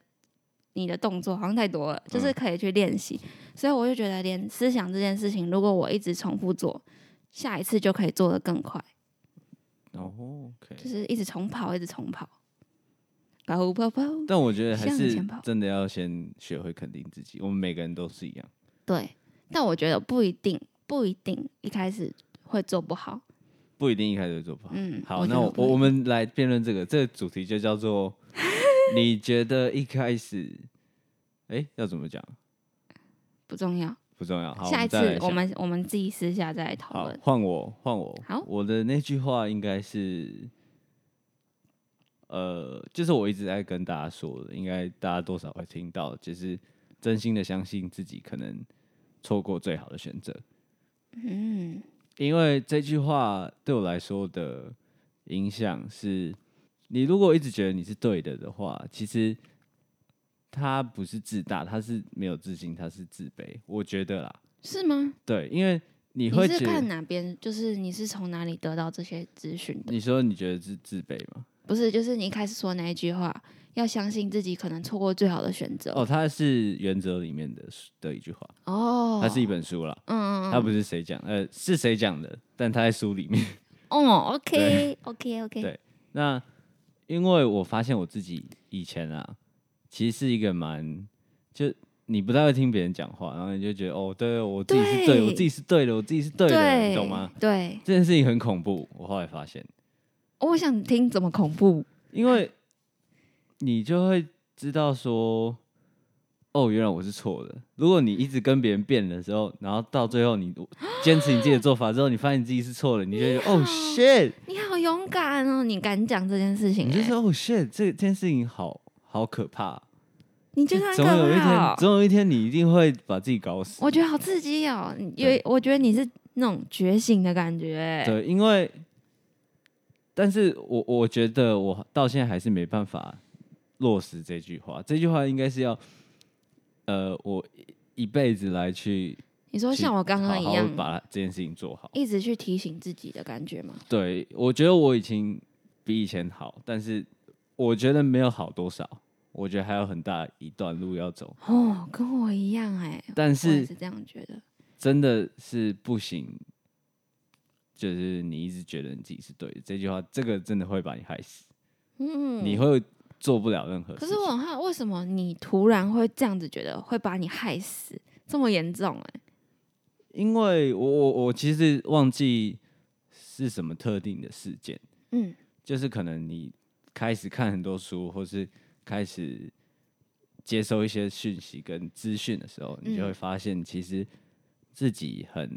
Speaker 1: 你的动作，好像太多了，
Speaker 2: 嗯
Speaker 1: 就是可以去练习。所以我就觉得，连思想这件事情，如果我一直重复做，下一次就可以做得更快，
Speaker 2: 哦，OK
Speaker 1: 就。是一直重跑，一直重跑，跑跑跑。
Speaker 2: 但我觉得还
Speaker 1: 向
Speaker 2: 是
Speaker 1: 前跑
Speaker 2: 真的要先学会肯定自己，我们每个人都是一样。
Speaker 1: 对，但我觉得不一定，不一定一开始会做不好。
Speaker 2: 不一定一开始就做不好。
Speaker 1: 嗯
Speaker 2: 好，
Speaker 1: 我觉
Speaker 2: 那
Speaker 1: 得
Speaker 2: 我
Speaker 1: 不
Speaker 2: 我
Speaker 1: 一
Speaker 2: 我们来辩论这个，这个主题就 叫做，你觉得一开始，哎、要怎么讲？
Speaker 1: 不重要，
Speaker 2: 不重要。好，
Speaker 1: 下一
Speaker 2: 我们再
Speaker 1: 次
Speaker 2: 来
Speaker 1: 我
Speaker 2: 想
Speaker 1: 们我们自己私下再来讨
Speaker 2: 好
Speaker 1: 论。
Speaker 2: 换我换我。
Speaker 1: 好
Speaker 2: 我的那句话应该是，呃，就是我一直在跟大家说的，应该大家多少会听到，就是真心的相信自己可能错过最好的选择。
Speaker 1: 嗯，
Speaker 2: 因为这句话对我来说的影响是，你如果一直觉得你是对的的话，其实他不是自大，他是没有自信，他是自卑。我觉得啦，
Speaker 1: 是吗？
Speaker 2: 对，因为你
Speaker 1: 你
Speaker 2: 会
Speaker 1: 是
Speaker 2: 觉
Speaker 1: 看
Speaker 2: 得，
Speaker 1: 哪边？就是你是从哪里得到这些资讯的？
Speaker 2: 你说你觉得是自卑吗？
Speaker 1: 不是，就是你一开始说那一句话，要相信自己可能错过最好的选择。
Speaker 2: 哦，它是《原则》里面的的一句话，
Speaker 1: 哦，
Speaker 2: 它是一本书啦，
Speaker 1: 嗯嗯
Speaker 2: 它不是谁讲，呃，是谁讲的，但它在书里面。
Speaker 1: 哦，OK OK OK，
Speaker 2: 对那因为我发现我自己以前啊，其实是一个蛮就你不太会听别人讲话，然后你就觉得哦，对我自己是对，
Speaker 1: 对
Speaker 2: 我自己是对的，我自己是对的，
Speaker 1: 对，
Speaker 2: 你懂吗？？
Speaker 1: 对，哦
Speaker 2: 这件事情很恐怖，我后来发现，
Speaker 1: 我想听怎么恐怖。
Speaker 2: 因为你就会知道说，哦，原来我是错的。如果你一直跟别人辩的时候，然后到最后你坚持你自己的做法之后，你发现你自己是错的，你就会觉得哦 shit，
Speaker 1: 你好勇敢哦，你敢讲这件事情、
Speaker 2: 你就
Speaker 1: 欸，
Speaker 2: 说哦 shit，这这件事情好好可怕、
Speaker 1: 你觉得很
Speaker 2: 总有一
Speaker 1: 可怕、
Speaker 2: 天，
Speaker 1: 哦。
Speaker 2: 总有一天你一定会把自己搞死。
Speaker 1: 我觉得好刺激哦，你因为我觉得你是那种觉醒的感觉、欸。
Speaker 2: 对，因为，但是我我觉得我到现在还是没办法落实这句话。这句话应该是要，呃，我一一辈子来去
Speaker 1: 你说
Speaker 2: 去
Speaker 1: 像我刚刚一
Speaker 2: 好好
Speaker 1: 样，
Speaker 2: 地把这件事情做好。
Speaker 1: 一直去提醒自己的感觉吗？
Speaker 2: 对，我觉得我已经比以前好，但是我觉得没有好多少，我觉得还有很大一段路要走。
Speaker 1: 哦，跟我一样哎、
Speaker 2: 但
Speaker 1: 我也
Speaker 2: 是
Speaker 1: 是这样觉得。
Speaker 2: 真的是不行，就是你一直觉得你自己是对的，这句话这个真的会把你害死，
Speaker 1: 嗯，
Speaker 2: 你会做不了任何事
Speaker 1: 可
Speaker 2: 情。
Speaker 1: 是我很好，为什么你突然会这样子觉得会把你害死？这么严重哎、
Speaker 2: 因为我我我其实忘记是什么特定的事件，
Speaker 1: 嗯，
Speaker 2: 就是可能你开始看很多书，或是开始接收一些讯息跟资讯的时候，你就会
Speaker 1: 嗯
Speaker 2: 发现其实自己很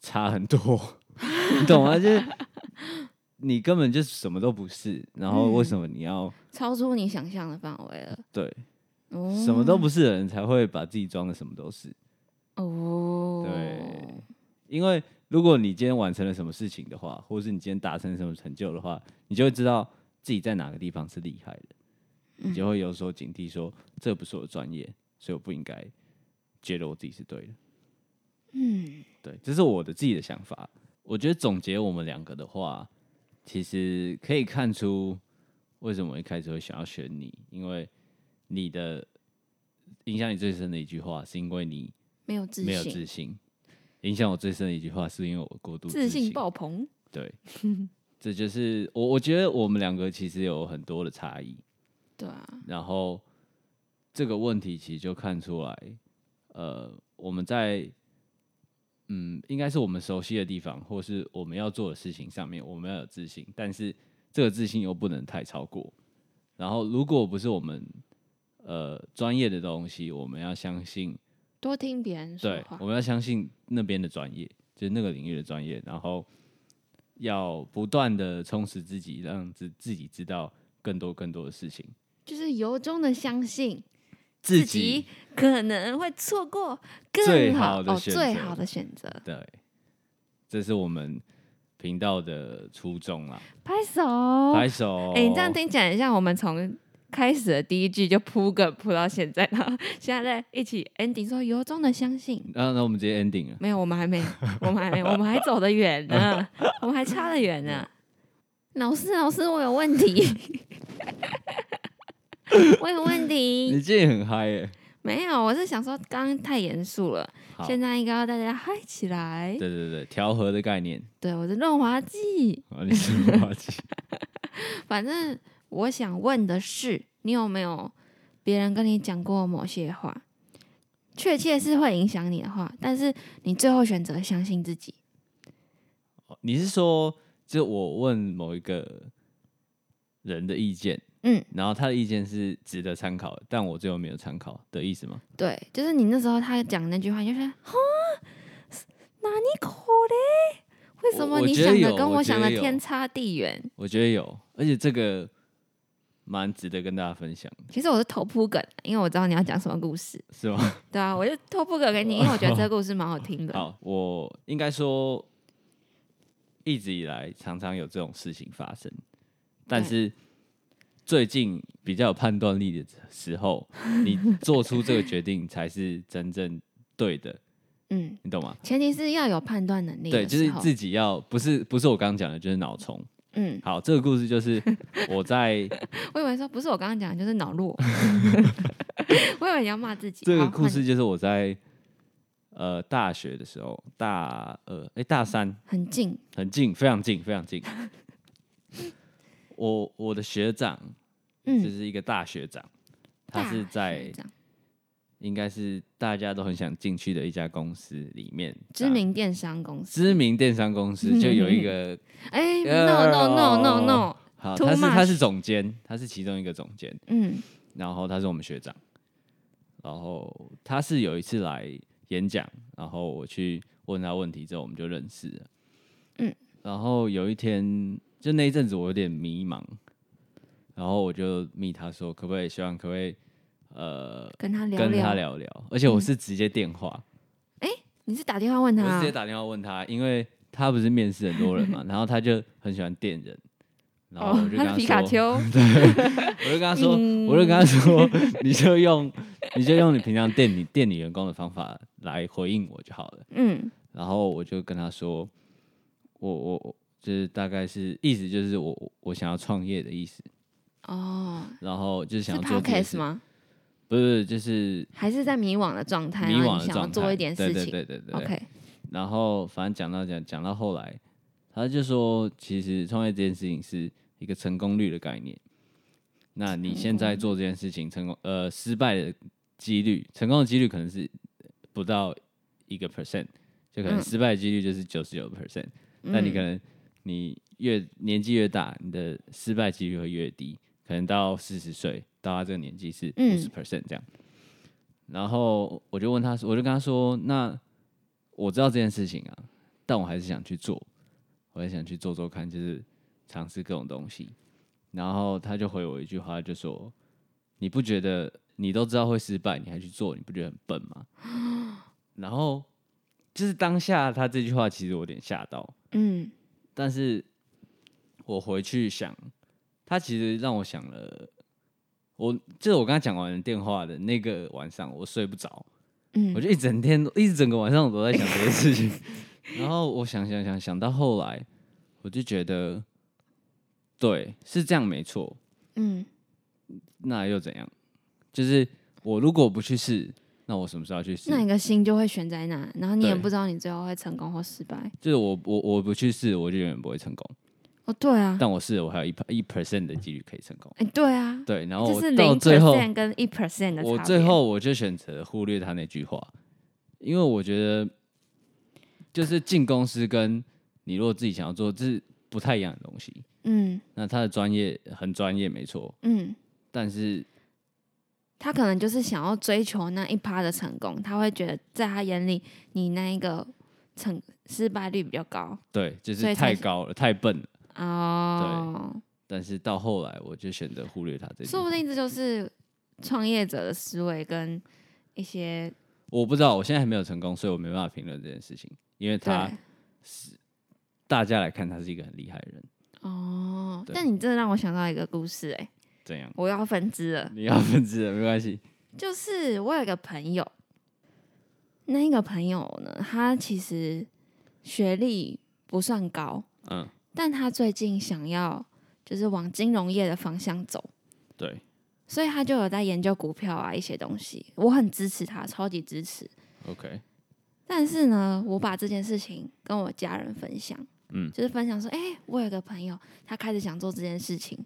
Speaker 2: 差很多， 你懂吗？ 就是你根本就什么都不是，然后
Speaker 1: 嗯
Speaker 2: 为什么你要、
Speaker 1: 超出你想象的范围了。
Speaker 2: 对
Speaker 1: 哦，
Speaker 2: 什么都不是的人才会把自己装的什么都是？
Speaker 1: 哦，
Speaker 2: 对因为如果你今天完成了什么事情的话，或者是你今天达成什么成就的话，你就会知道自己在哪个地方是厉害的，你就会有所警惕说，这不是我的专业，所以我不应该觉得我自己是对的。
Speaker 1: 嗯，
Speaker 2: 对，这是我的自己的想法。我觉得总结我们两个的话，其实可以看出为什么我一开始会想要选你，因为你的影响你最深的一句话，是因为你
Speaker 1: 没有自
Speaker 2: 没有
Speaker 1: 信，
Speaker 2: 自信。影响我最深的一句话，是因为我过度
Speaker 1: 自
Speaker 2: 信
Speaker 1: 信爆棚。
Speaker 2: 对，这就是我我觉得我们两个其实有很多的差异，
Speaker 1: 对啊，
Speaker 2: 然后这个问题其实就看出来，呃，我们在嗯，应该是我们熟悉的地方，或是我们要做的事情上面，我们要有自信，但是这个自信又不能太超过。然后，如果不是我们呃专业的东西，我们要相信
Speaker 1: 多听别人说
Speaker 2: 对，
Speaker 1: 话
Speaker 2: 我。们要相信那边的专业，就是那个领域的专业，然后要不断的充实自己，让自自己知道更多更多的事情，
Speaker 1: 就是由衷的相信
Speaker 2: 自
Speaker 1: 己可能会错过
Speaker 2: 最
Speaker 1: 更
Speaker 2: 好的
Speaker 1: 哦
Speaker 2: 选
Speaker 1: 最
Speaker 2: 择
Speaker 1: 好的选择。
Speaker 2: 对，这是我们频道的初衷啦。
Speaker 1: 拍手，
Speaker 2: 拍手！
Speaker 1: 哎、你这样听起来像我们从开始的第一句就铺梗铺到现在，然后 现在在一起 ending 说由衷的相信。
Speaker 2: 那、啊那我们直接 ending 了。
Speaker 1: 没有，我们还没，我们还没，我们还走得远呢，我们还差得远呢。老师，老师，我有问题， 我有问
Speaker 2: 你
Speaker 1: 题。
Speaker 2: 今天很嗨耶、
Speaker 1: 没有，我是想说，刚刚太严肃了，
Speaker 2: 好，
Speaker 1: 现
Speaker 2: 对
Speaker 1: 在应该要大家嗨起来。
Speaker 2: 对对，调和的概念。
Speaker 1: 对，我是润滑剂。
Speaker 2: 啊，你是什么 话题
Speaker 1: 反正我想问的是，你有没有别人跟你讲过某些话，确切是会影响你的话，但是你最后选择相信自己。
Speaker 2: 你是说，就我问某一个人的意见，
Speaker 1: 嗯，
Speaker 2: 然后他的意见是值得参考的，但我最后没有参考的意思吗？
Speaker 1: 对，就是你那时候他讲那句话，你就觉得哈，哪里可嘞？为什么
Speaker 2: 我
Speaker 1: 你
Speaker 2: 觉得
Speaker 1: 想的
Speaker 2: 有
Speaker 1: 跟
Speaker 2: 我
Speaker 1: 我
Speaker 2: 觉
Speaker 1: 想
Speaker 2: 得
Speaker 1: 的
Speaker 2: 有
Speaker 1: 天差地远？
Speaker 2: 我觉得有，而且这个蛮值得跟大家分享的，
Speaker 1: 其实我是偷铺梗，啊因为我知道你要讲什么故事，
Speaker 2: 是吗？
Speaker 1: 对啊，我就偷铺梗给你，因为我觉得这个故事蛮好听的。
Speaker 2: 好，我应该说一直以来常常有这种事情发生，但
Speaker 1: 对
Speaker 2: 是最近比较有判断力的时候，你做出这个决定才是真正对的，
Speaker 1: 嗯，
Speaker 2: 你懂吗？
Speaker 1: 前提是要有判断能力
Speaker 2: 对，
Speaker 1: 的
Speaker 2: 就是
Speaker 1: 时候，
Speaker 2: 自己要不是不是我刚刚讲的，就是脑冲。
Speaker 1: 嗯，
Speaker 2: 好，这个故事就是 我在
Speaker 1: 我以为说不是我刚刚讲的，就是脑 弱，我以为你要骂自己。
Speaker 2: 这个
Speaker 1: 好
Speaker 2: 故事就是我在呃大学的时候，大二哎、诶大三
Speaker 1: 换你很近，
Speaker 2: 很近，非常近，非常 近。我我的学长就
Speaker 1: 嗯，
Speaker 2: 是一个大学长，他是
Speaker 1: 大
Speaker 2: 在
Speaker 1: 学长
Speaker 2: 应该是大家都很想进去的一家公司里面，
Speaker 1: 知名电商公司。
Speaker 2: 知名电商公司，就有 一个
Speaker 1: 哎、
Speaker 2: 呃
Speaker 1: n o no no no no，
Speaker 2: 好，
Speaker 1: Too
Speaker 2: 他是他
Speaker 1: much
Speaker 2: 是总监，他是其中一个总监。
Speaker 1: 嗯
Speaker 2: 然后他是我们学长，然后他是有一次来演讲，然后我去问他问题之后，我们就认识了。
Speaker 1: 嗯，
Speaker 2: 然后有一天，就那一阵子我有点迷茫，然后我就密他说，可不可以希望可不可以呃
Speaker 1: 跟他聊嗯
Speaker 2: 跟他聊聊，而且我是直接电话，
Speaker 1: 你是打电话问他
Speaker 2: 我是
Speaker 1: 啊
Speaker 2: 直接？打电话问他，因为他不是面试很多人 嘛，然后他就很喜欢电人。然后我就跟
Speaker 1: 哦他
Speaker 2: 他
Speaker 1: 是皮
Speaker 2: 说，
Speaker 1: 卡丘，
Speaker 2: 我就跟他说，
Speaker 1: 嗯
Speaker 2: 我就跟他说，你就用 你就用你平常店里店里员工的方法来回应我就好了。
Speaker 1: 嗯
Speaker 2: 然后我就跟他说，我我我就是大概是意思就是我我我想要创业的意思，
Speaker 1: 哦，
Speaker 2: 然后就是
Speaker 1: 是
Speaker 2: 想要做这件
Speaker 1: podcast
Speaker 2: 事，
Speaker 1: 吗？
Speaker 2: 不是不是就是
Speaker 1: 还是在迷惘的状态，
Speaker 2: 迷
Speaker 1: 然后
Speaker 2: 惘
Speaker 1: 啊你
Speaker 2: 的
Speaker 1: 想要
Speaker 2: 状态，
Speaker 1: 做一点事情
Speaker 2: 对对对对对
Speaker 1: o k
Speaker 2: 然后反正讲到讲讲到后来，他就说，其实创业这件事情是一个成功率的概念。那你现在做这件事情成功，呃，失败的几率，成功的几率可能是不到一个 percent，就可能
Speaker 1: 嗯
Speaker 2: 失败的几率就是九十九 percent。那你可能你越年纪越大，你的失败几率会越低，可能到四十岁到他这个年纪是五
Speaker 1: 嗯
Speaker 2: 十 percent 这样。然后我就问他说，我就跟他说，那我知道这件事情啊，但我还是想去做，我还想去做做看，就是尝试各种东西。然后他就回我一句话，就说：“你不觉得你都知道会失败，你还去做，你不觉得很笨吗？” 然后就是当下他这句话，其实我有点吓到，
Speaker 1: 嗯
Speaker 2: 但是我回去想，他其实让我想了，我就是我刚才讲完电话的那个晚上，我睡不着，
Speaker 1: 嗯
Speaker 2: 我就一整天，一整个晚上我都在想这件事情。 然后我想想想想到后来，我就觉得，对，是这样没错。
Speaker 1: 嗯
Speaker 2: 那又怎样？就是我如果不去试，那我什么时候要去试？
Speaker 1: 那你的心就会悬在那，然后你也
Speaker 2: 对
Speaker 1: 不知道你最后会成功或失败。
Speaker 2: 就是我我我不去试，我就永远不会成功。
Speaker 1: 哦，对啊，
Speaker 2: 但我试了，我还有一一 percent 的几率可以成功。
Speaker 1: 哎、对啊，
Speaker 2: 对，然后
Speaker 1: 就
Speaker 2: 我
Speaker 1: 是
Speaker 2: 哦到
Speaker 1: 零
Speaker 2: 最后，
Speaker 1: percent 跟一 percent 的差别。
Speaker 2: 我最后我就选择忽略他那句话，因为我觉得就是进公司跟你如果自己想要做，这是不太一样的东西。
Speaker 1: 嗯
Speaker 2: 那他的专业很专业，没错，
Speaker 1: 嗯，
Speaker 2: 但是
Speaker 1: 他可能就是想要追求那一趴的成功，他会觉得在他眼里你那一个成失败率比较高
Speaker 2: 对，就
Speaker 1: 所
Speaker 2: 是
Speaker 1: 以才
Speaker 2: 太高了，太笨了。
Speaker 1: 哦。
Speaker 2: 但是到后来，我就选择忽略他这句
Speaker 1: 说
Speaker 2: 话
Speaker 1: 不。定这就是创业者的思维跟一些
Speaker 2: 我不知道，我现在还没有成功，所以我没办法评论这件事情，因为
Speaker 1: 对
Speaker 2: 他大家来看，他是一个很厉害的人，
Speaker 1: 哦。
Speaker 2: 对
Speaker 1: 但你这让我想到一个故事、欸，哎，
Speaker 2: 怎样？
Speaker 1: 我要分支了。
Speaker 2: 你要 分支的没关系，
Speaker 1: 就是我有一个朋友，那个朋友呢，他其实学历不算高，
Speaker 2: 嗯，
Speaker 1: 但他最近想要就是往金融业的方向走，
Speaker 2: 对，
Speaker 1: 所以他就有在研究股票啊一些东西。我很支持他，超级支持。
Speaker 2: OK，
Speaker 1: 但是呢，我把这件事情跟我家人分享，
Speaker 2: 嗯
Speaker 1: 就是分享说，哎、我有一个朋友，他开始想做这件事情，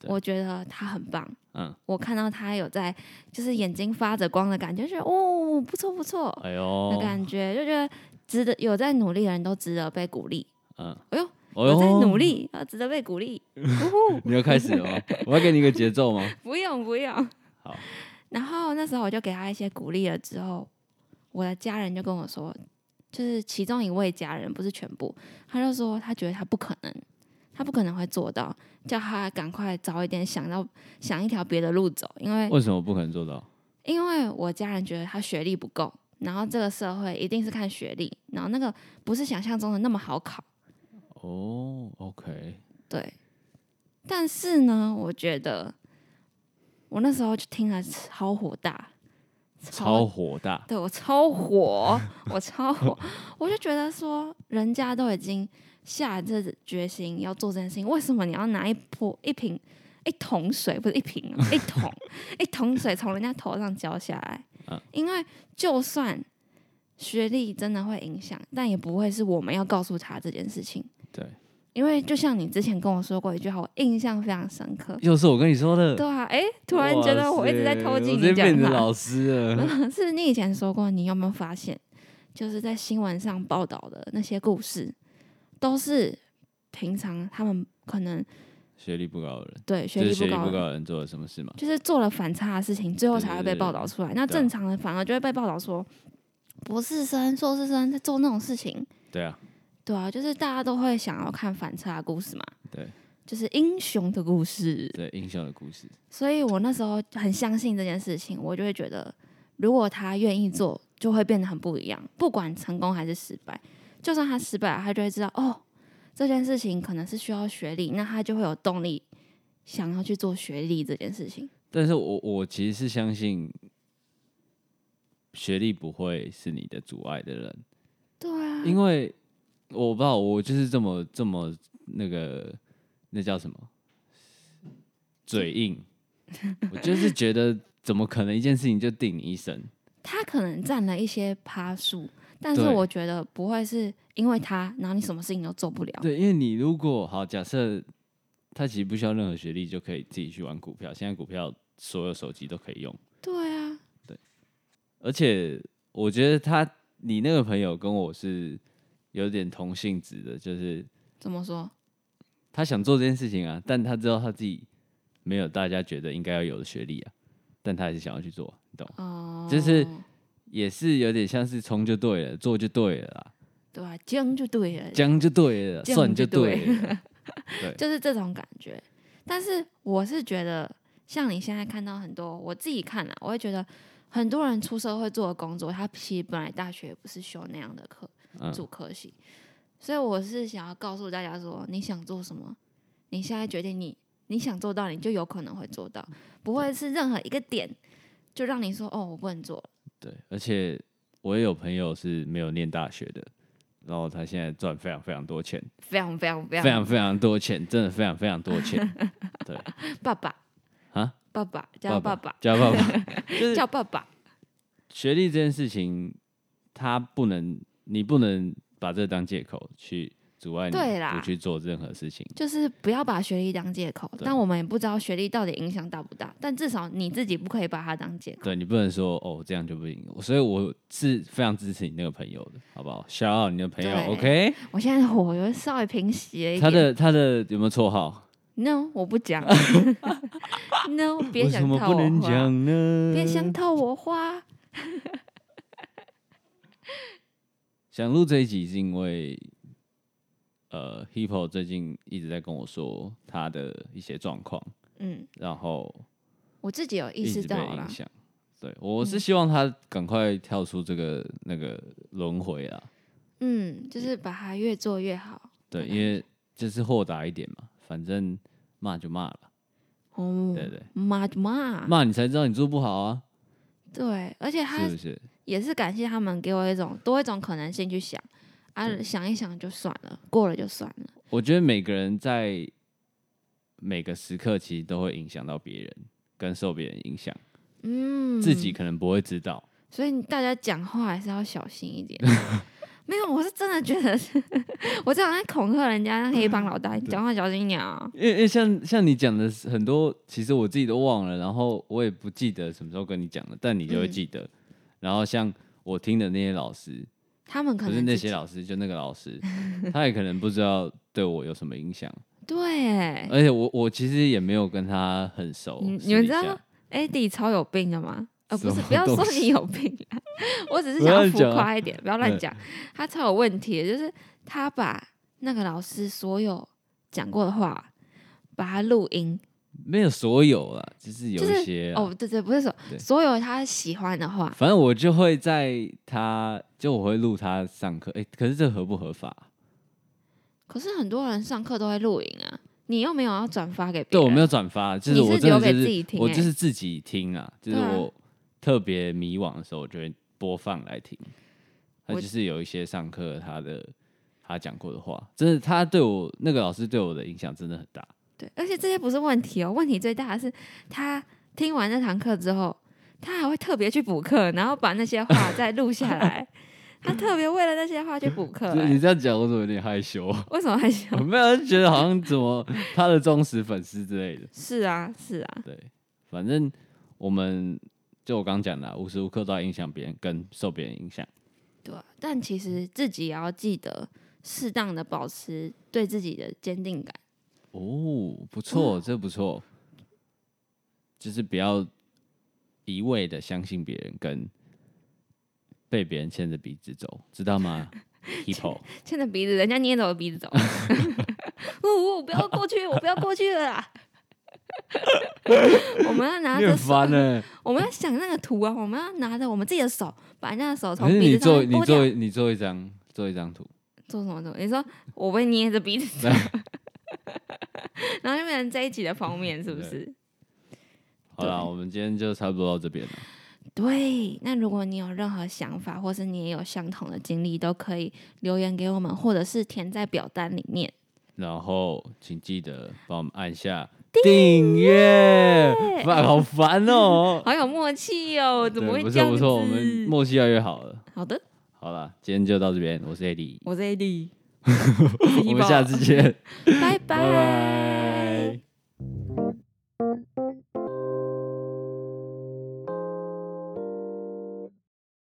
Speaker 2: 对
Speaker 1: 我觉得他很棒。
Speaker 2: 嗯，
Speaker 1: 我看到他有在，就是眼睛发着光的感觉，觉得哦，不错不错
Speaker 2: 哎呦
Speaker 1: 的，感觉，就觉得值得有在努力的人都值得被鼓励。
Speaker 2: 嗯，
Speaker 1: 哎呦，
Speaker 2: 哦
Speaker 1: 我
Speaker 2: 哟，
Speaker 1: 在努力，啊，值得被鼓励。呜呼，
Speaker 2: 你要开始 了吗？我要给你一个节奏吗？
Speaker 1: 不用不用。
Speaker 2: 好。
Speaker 1: 然后那时候我就给他一些鼓励了，之后我的家人就跟我说，就是其中一位家人不是全部，他就说他觉得他不可能，他不可能会做到，叫他赶快早一点想到想一条别的路走，因 为
Speaker 2: 为什么不可能做到？
Speaker 1: 因为我家人觉得他学历不够，然后这个社会一定是看学历，然后那个不是想象中的那么好考，
Speaker 2: 哦，OK，
Speaker 1: 对。但是呢，我觉得我那时候就听了超火大，啊
Speaker 2: 超火大，
Speaker 1: 对我超火，我超火，我就觉得说，人家都已经下这决心要做这件事情，为什么你要拿一泼一瓶一桶水，不是一瓶啊，一桶一桶水从人家头上浇下来？
Speaker 2: 嗯
Speaker 1: 因为就算学历真的会影响，但也不会是我们要告诉他这件事情。
Speaker 2: 对，
Speaker 1: 因为就像你之前跟我说过一句话，我印象非常深刻。
Speaker 2: 又是我跟你说的。
Speaker 1: 对啊，诶，突然觉得我一直在偷
Speaker 2: 哇塞
Speaker 1: 进
Speaker 2: 我
Speaker 1: 你
Speaker 2: 直接
Speaker 1: 讲
Speaker 2: 变你的
Speaker 1: 话。
Speaker 2: 老师 了。
Speaker 1: 是你以前说过，你有没有发现，就是在新闻上报道的那些故事，都是平常他们可能
Speaker 2: 学历不高的人，
Speaker 1: 对学
Speaker 2: 就是
Speaker 1: 历
Speaker 2: 学
Speaker 1: 不
Speaker 2: 历
Speaker 1: 高
Speaker 2: 不高
Speaker 1: 的，
Speaker 2: 的人做了什么事嘛？
Speaker 1: 就是做了反差的事情，最后才会被报道出来。那
Speaker 2: 对啊
Speaker 1: 正常人反而就会被报道说，博士生、硕士生在做那种事情，
Speaker 2: 对啊，
Speaker 1: 对啊，就是大家都会想要看反差的故事嘛，
Speaker 2: 对，
Speaker 1: 就是英雄的故事。
Speaker 2: 这英雄的故事，
Speaker 1: 所以我那时候很相信这件事情，我就会觉得，如果他愿意做，就会变得很不一样。不管成功还是失败，就算他失败了，他就会知道哦，这件事情可能是需要学历，那他就会有动力想要去做学历这件事情。
Speaker 2: 但是我我其实是相信学历不会是你的阻碍的人，
Speaker 1: 对啊，
Speaker 2: 因为我不知道，我就是这么这么那个那叫什么嘴硬，我就是觉得怎么可能一件事情就定你一生？
Speaker 1: 他可能占了一些趴数，但是
Speaker 2: 对
Speaker 1: 我觉得不会是因为他，然后你什么事情都做不了。
Speaker 2: 对，因为你如果好假设他其实不需要任何学历就可以自己去玩股票，现在股票所有手机都可以用。
Speaker 1: 对啊，
Speaker 2: 而且我觉得他你那个朋友跟我是有点同性质的，就是
Speaker 1: 怎么说？
Speaker 2: 他想做这件事情啊，但他知道他自己没有大家觉得应该要有的学历啊，但他还是想要去做，你懂？
Speaker 1: 哦、
Speaker 2: 就是也是有点像是冲就对了，做就对了啦，
Speaker 1: 对啊，这样就对了。
Speaker 2: 将就对了，
Speaker 1: 这样
Speaker 2: 算
Speaker 1: 就
Speaker 2: 就
Speaker 1: 对
Speaker 2: 对 了，对，
Speaker 1: 就是这种感觉。但是我是觉得，像你现在看到很多，我自己看了、我会觉得很多人出社会做的工作，他其实本来大学也不是修那样的课，
Speaker 2: 嗯
Speaker 1: 主科系。所以我是想要告诉大家说，你想做什么，你现在决定你你想做到，你就有可能会做到，不会是任何一个点就让你说哦，我不能做了。
Speaker 2: 对，而且我也有朋友是没有念大学的，然后他现在赚非常非常多钱，
Speaker 1: 非常非常非常
Speaker 2: 非常非常多钱，真的非常非常多 钱，对
Speaker 1: 爸爸
Speaker 2: 啊，
Speaker 1: 爸爸叫爸爸
Speaker 2: 叫爸爸，就是
Speaker 1: 叫爸爸，
Speaker 2: 学历这件事情，它不能，你不能把这当借口去阻碍你
Speaker 1: 对啦
Speaker 2: 不去做任何事情。
Speaker 1: 就是不要把学历当借口，
Speaker 2: 对
Speaker 1: 但我们也不知道学历到底影响大不大，但至少你自己不可以把它当借口。
Speaker 2: 对你不能说哦，这样就不行。所以我是非常支持你那个朋友的，好不好？小奥你的朋友
Speaker 1: 对
Speaker 2: ，OK？
Speaker 1: 我现在火有稍微平息了一点。
Speaker 2: 他的他的有没有绰号？
Speaker 1: no，我不 讲。no，别
Speaker 2: 为什
Speaker 1: 想
Speaker 2: 么
Speaker 1: 套
Speaker 2: 不
Speaker 1: 我
Speaker 2: 能
Speaker 1: 话，
Speaker 2: 讲呢？
Speaker 1: 别想套我话。
Speaker 2: 想录这一集是因为，呃，Hippo 最近一直在跟我说他的一些状况，
Speaker 1: 嗯，
Speaker 2: 然后
Speaker 1: 我自己有意
Speaker 2: 一
Speaker 1: 识
Speaker 2: 直被
Speaker 1: 到了嗯
Speaker 2: 影，响。对，我是希望他赶快跳出这个那个轮回啊。
Speaker 1: 嗯，就是把它越做越好。
Speaker 2: 对，
Speaker 1: 嗯
Speaker 2: 因为就是豁达一点嘛，反正骂就骂了，
Speaker 1: 哦，
Speaker 2: 对对，
Speaker 1: 骂就骂，
Speaker 2: 骂你才知道你做不好啊，
Speaker 1: 对，而且他
Speaker 2: 是不是？
Speaker 1: 也是感谢他们给我一种多一种可能性去想，啊，想一想就算了，过了就算了。
Speaker 2: 我觉得每个人在每个时刻其实都会影响到别人，跟受别人影响，
Speaker 1: 嗯，
Speaker 2: 自己可能不会知道。
Speaker 1: 所以大家讲话还是要小心一点。 没有，我是真的觉得是， 我这好像在恐吓人家黑帮老大，你讲话小心一点啊。
Speaker 2: 因为因为像像你讲的很多，其实我自己都忘了，然后我也
Speaker 1: 嗯
Speaker 2: 不记得什么时候跟你讲的，但你就会记得。然后像我听的那些老师，
Speaker 1: 他们可
Speaker 2: 不
Speaker 1: 能
Speaker 2: 是那
Speaker 1: 自
Speaker 2: 些
Speaker 1: 己
Speaker 2: 老师，就那个老师， 他也可能不知道对我有什么影响，
Speaker 1: 对，
Speaker 2: 而且我我其实也没有跟他很熟。
Speaker 1: 哎你
Speaker 2: 哦私
Speaker 1: 你们
Speaker 2: 底
Speaker 1: 知道
Speaker 2: 下
Speaker 1: Eddie 超有病的吗？呃，不
Speaker 2: 什
Speaker 1: 是，
Speaker 2: 么
Speaker 1: 不要说
Speaker 2: 东西
Speaker 1: 你有病啊， 我只是
Speaker 2: 不
Speaker 1: 想
Speaker 2: 要
Speaker 1: 要
Speaker 2: 乱
Speaker 1: 浮
Speaker 2: 讲啊
Speaker 1: 夸一点，不要乱讲。他超有问题的，就是他把那个老师所有讲过的话，把它录音。
Speaker 2: 没有所有啦，就是有
Speaker 1: 就是
Speaker 2: 一些啊、
Speaker 1: 哦，对对，不是说
Speaker 2: 对
Speaker 1: 所有他喜欢的话，
Speaker 2: 反正我就会在他，就我会录他上课。哎、可是这合不合法？
Speaker 1: 可是很多人上课都会录影啊，你又没有要转发给别
Speaker 2: 对
Speaker 1: 人，
Speaker 2: 我没有转发，就
Speaker 1: 你
Speaker 2: 是我
Speaker 1: 是
Speaker 2: 真的
Speaker 1: 留
Speaker 2: 就
Speaker 1: 给
Speaker 2: 是
Speaker 1: 自己听
Speaker 2: 我
Speaker 1: 欸
Speaker 2: 就是自己听啊，就是
Speaker 1: 对啊
Speaker 2: 我特别迷惘的时候，我就会播放来听。他
Speaker 1: 我
Speaker 2: 就是有一些上课他的他讲过的话，真的他对我那个老师对我的影响真的很大。
Speaker 1: 对，而且这些不是问题哦，问题最大的是他听完那堂课之后，他还会特别去补课，然后把那些话再录下 来。他特别为了那些话去补课、
Speaker 2: 你
Speaker 1: 哎
Speaker 2: 这样讲，我怎么有点害羞？
Speaker 1: 为什么还想
Speaker 2: 我？没有觉得好像怎么他的忠实粉丝之类的。
Speaker 1: 是啊，是啊，
Speaker 2: 对，反正我们就我刚讲的啊、无时无刻都在影响别人，跟受别人影响。
Speaker 1: 对啊。但其实自己也要记得适当的保持对自己的坚定感。
Speaker 2: 哦，不错，这不错，就是不要一味的相信别人，跟被别人牵着鼻子走，知道 吗？People，
Speaker 1: 牵着鼻子，人家捏着我鼻子 走。呜呜，不要过去，我不要过去了 啦。我们要拿
Speaker 2: 你
Speaker 1: 着
Speaker 2: 很
Speaker 1: 手，
Speaker 2: 烦呢、
Speaker 1: 我们要想那个图啊，我们要拿着我们自己的手，把人家的手从
Speaker 2: 可是
Speaker 1: 鼻
Speaker 2: 你
Speaker 1: 子上
Speaker 2: 做
Speaker 1: 面
Speaker 2: 你
Speaker 1: 拨掉
Speaker 2: 做。你做一张做一张图，
Speaker 1: 做什么做？你说我被捏着鼻子走，然后就变成这一集的封面，是不是？
Speaker 2: 好啦，
Speaker 1: 对
Speaker 2: 我们今天就差不多到这边了。
Speaker 1: 对。那如果你有任何想法，或是你也有相同的经历，都可以留言给我们，或者是填在表单里面。
Speaker 2: 然后请记得帮我们按下订阅，烦好烦哦、
Speaker 1: 好有默契哦， 怎么会
Speaker 2: 对，不
Speaker 1: 这
Speaker 2: 错
Speaker 1: 样
Speaker 2: 不
Speaker 1: 子？
Speaker 2: 错，我们默契越来越好了。
Speaker 1: 好的，
Speaker 2: 好啦，今天就到这边，我是 AD，
Speaker 1: 我是 AD，
Speaker 2: 我们下次见。
Speaker 1: 拜
Speaker 2: 拜
Speaker 1: 拜
Speaker 2: 拜。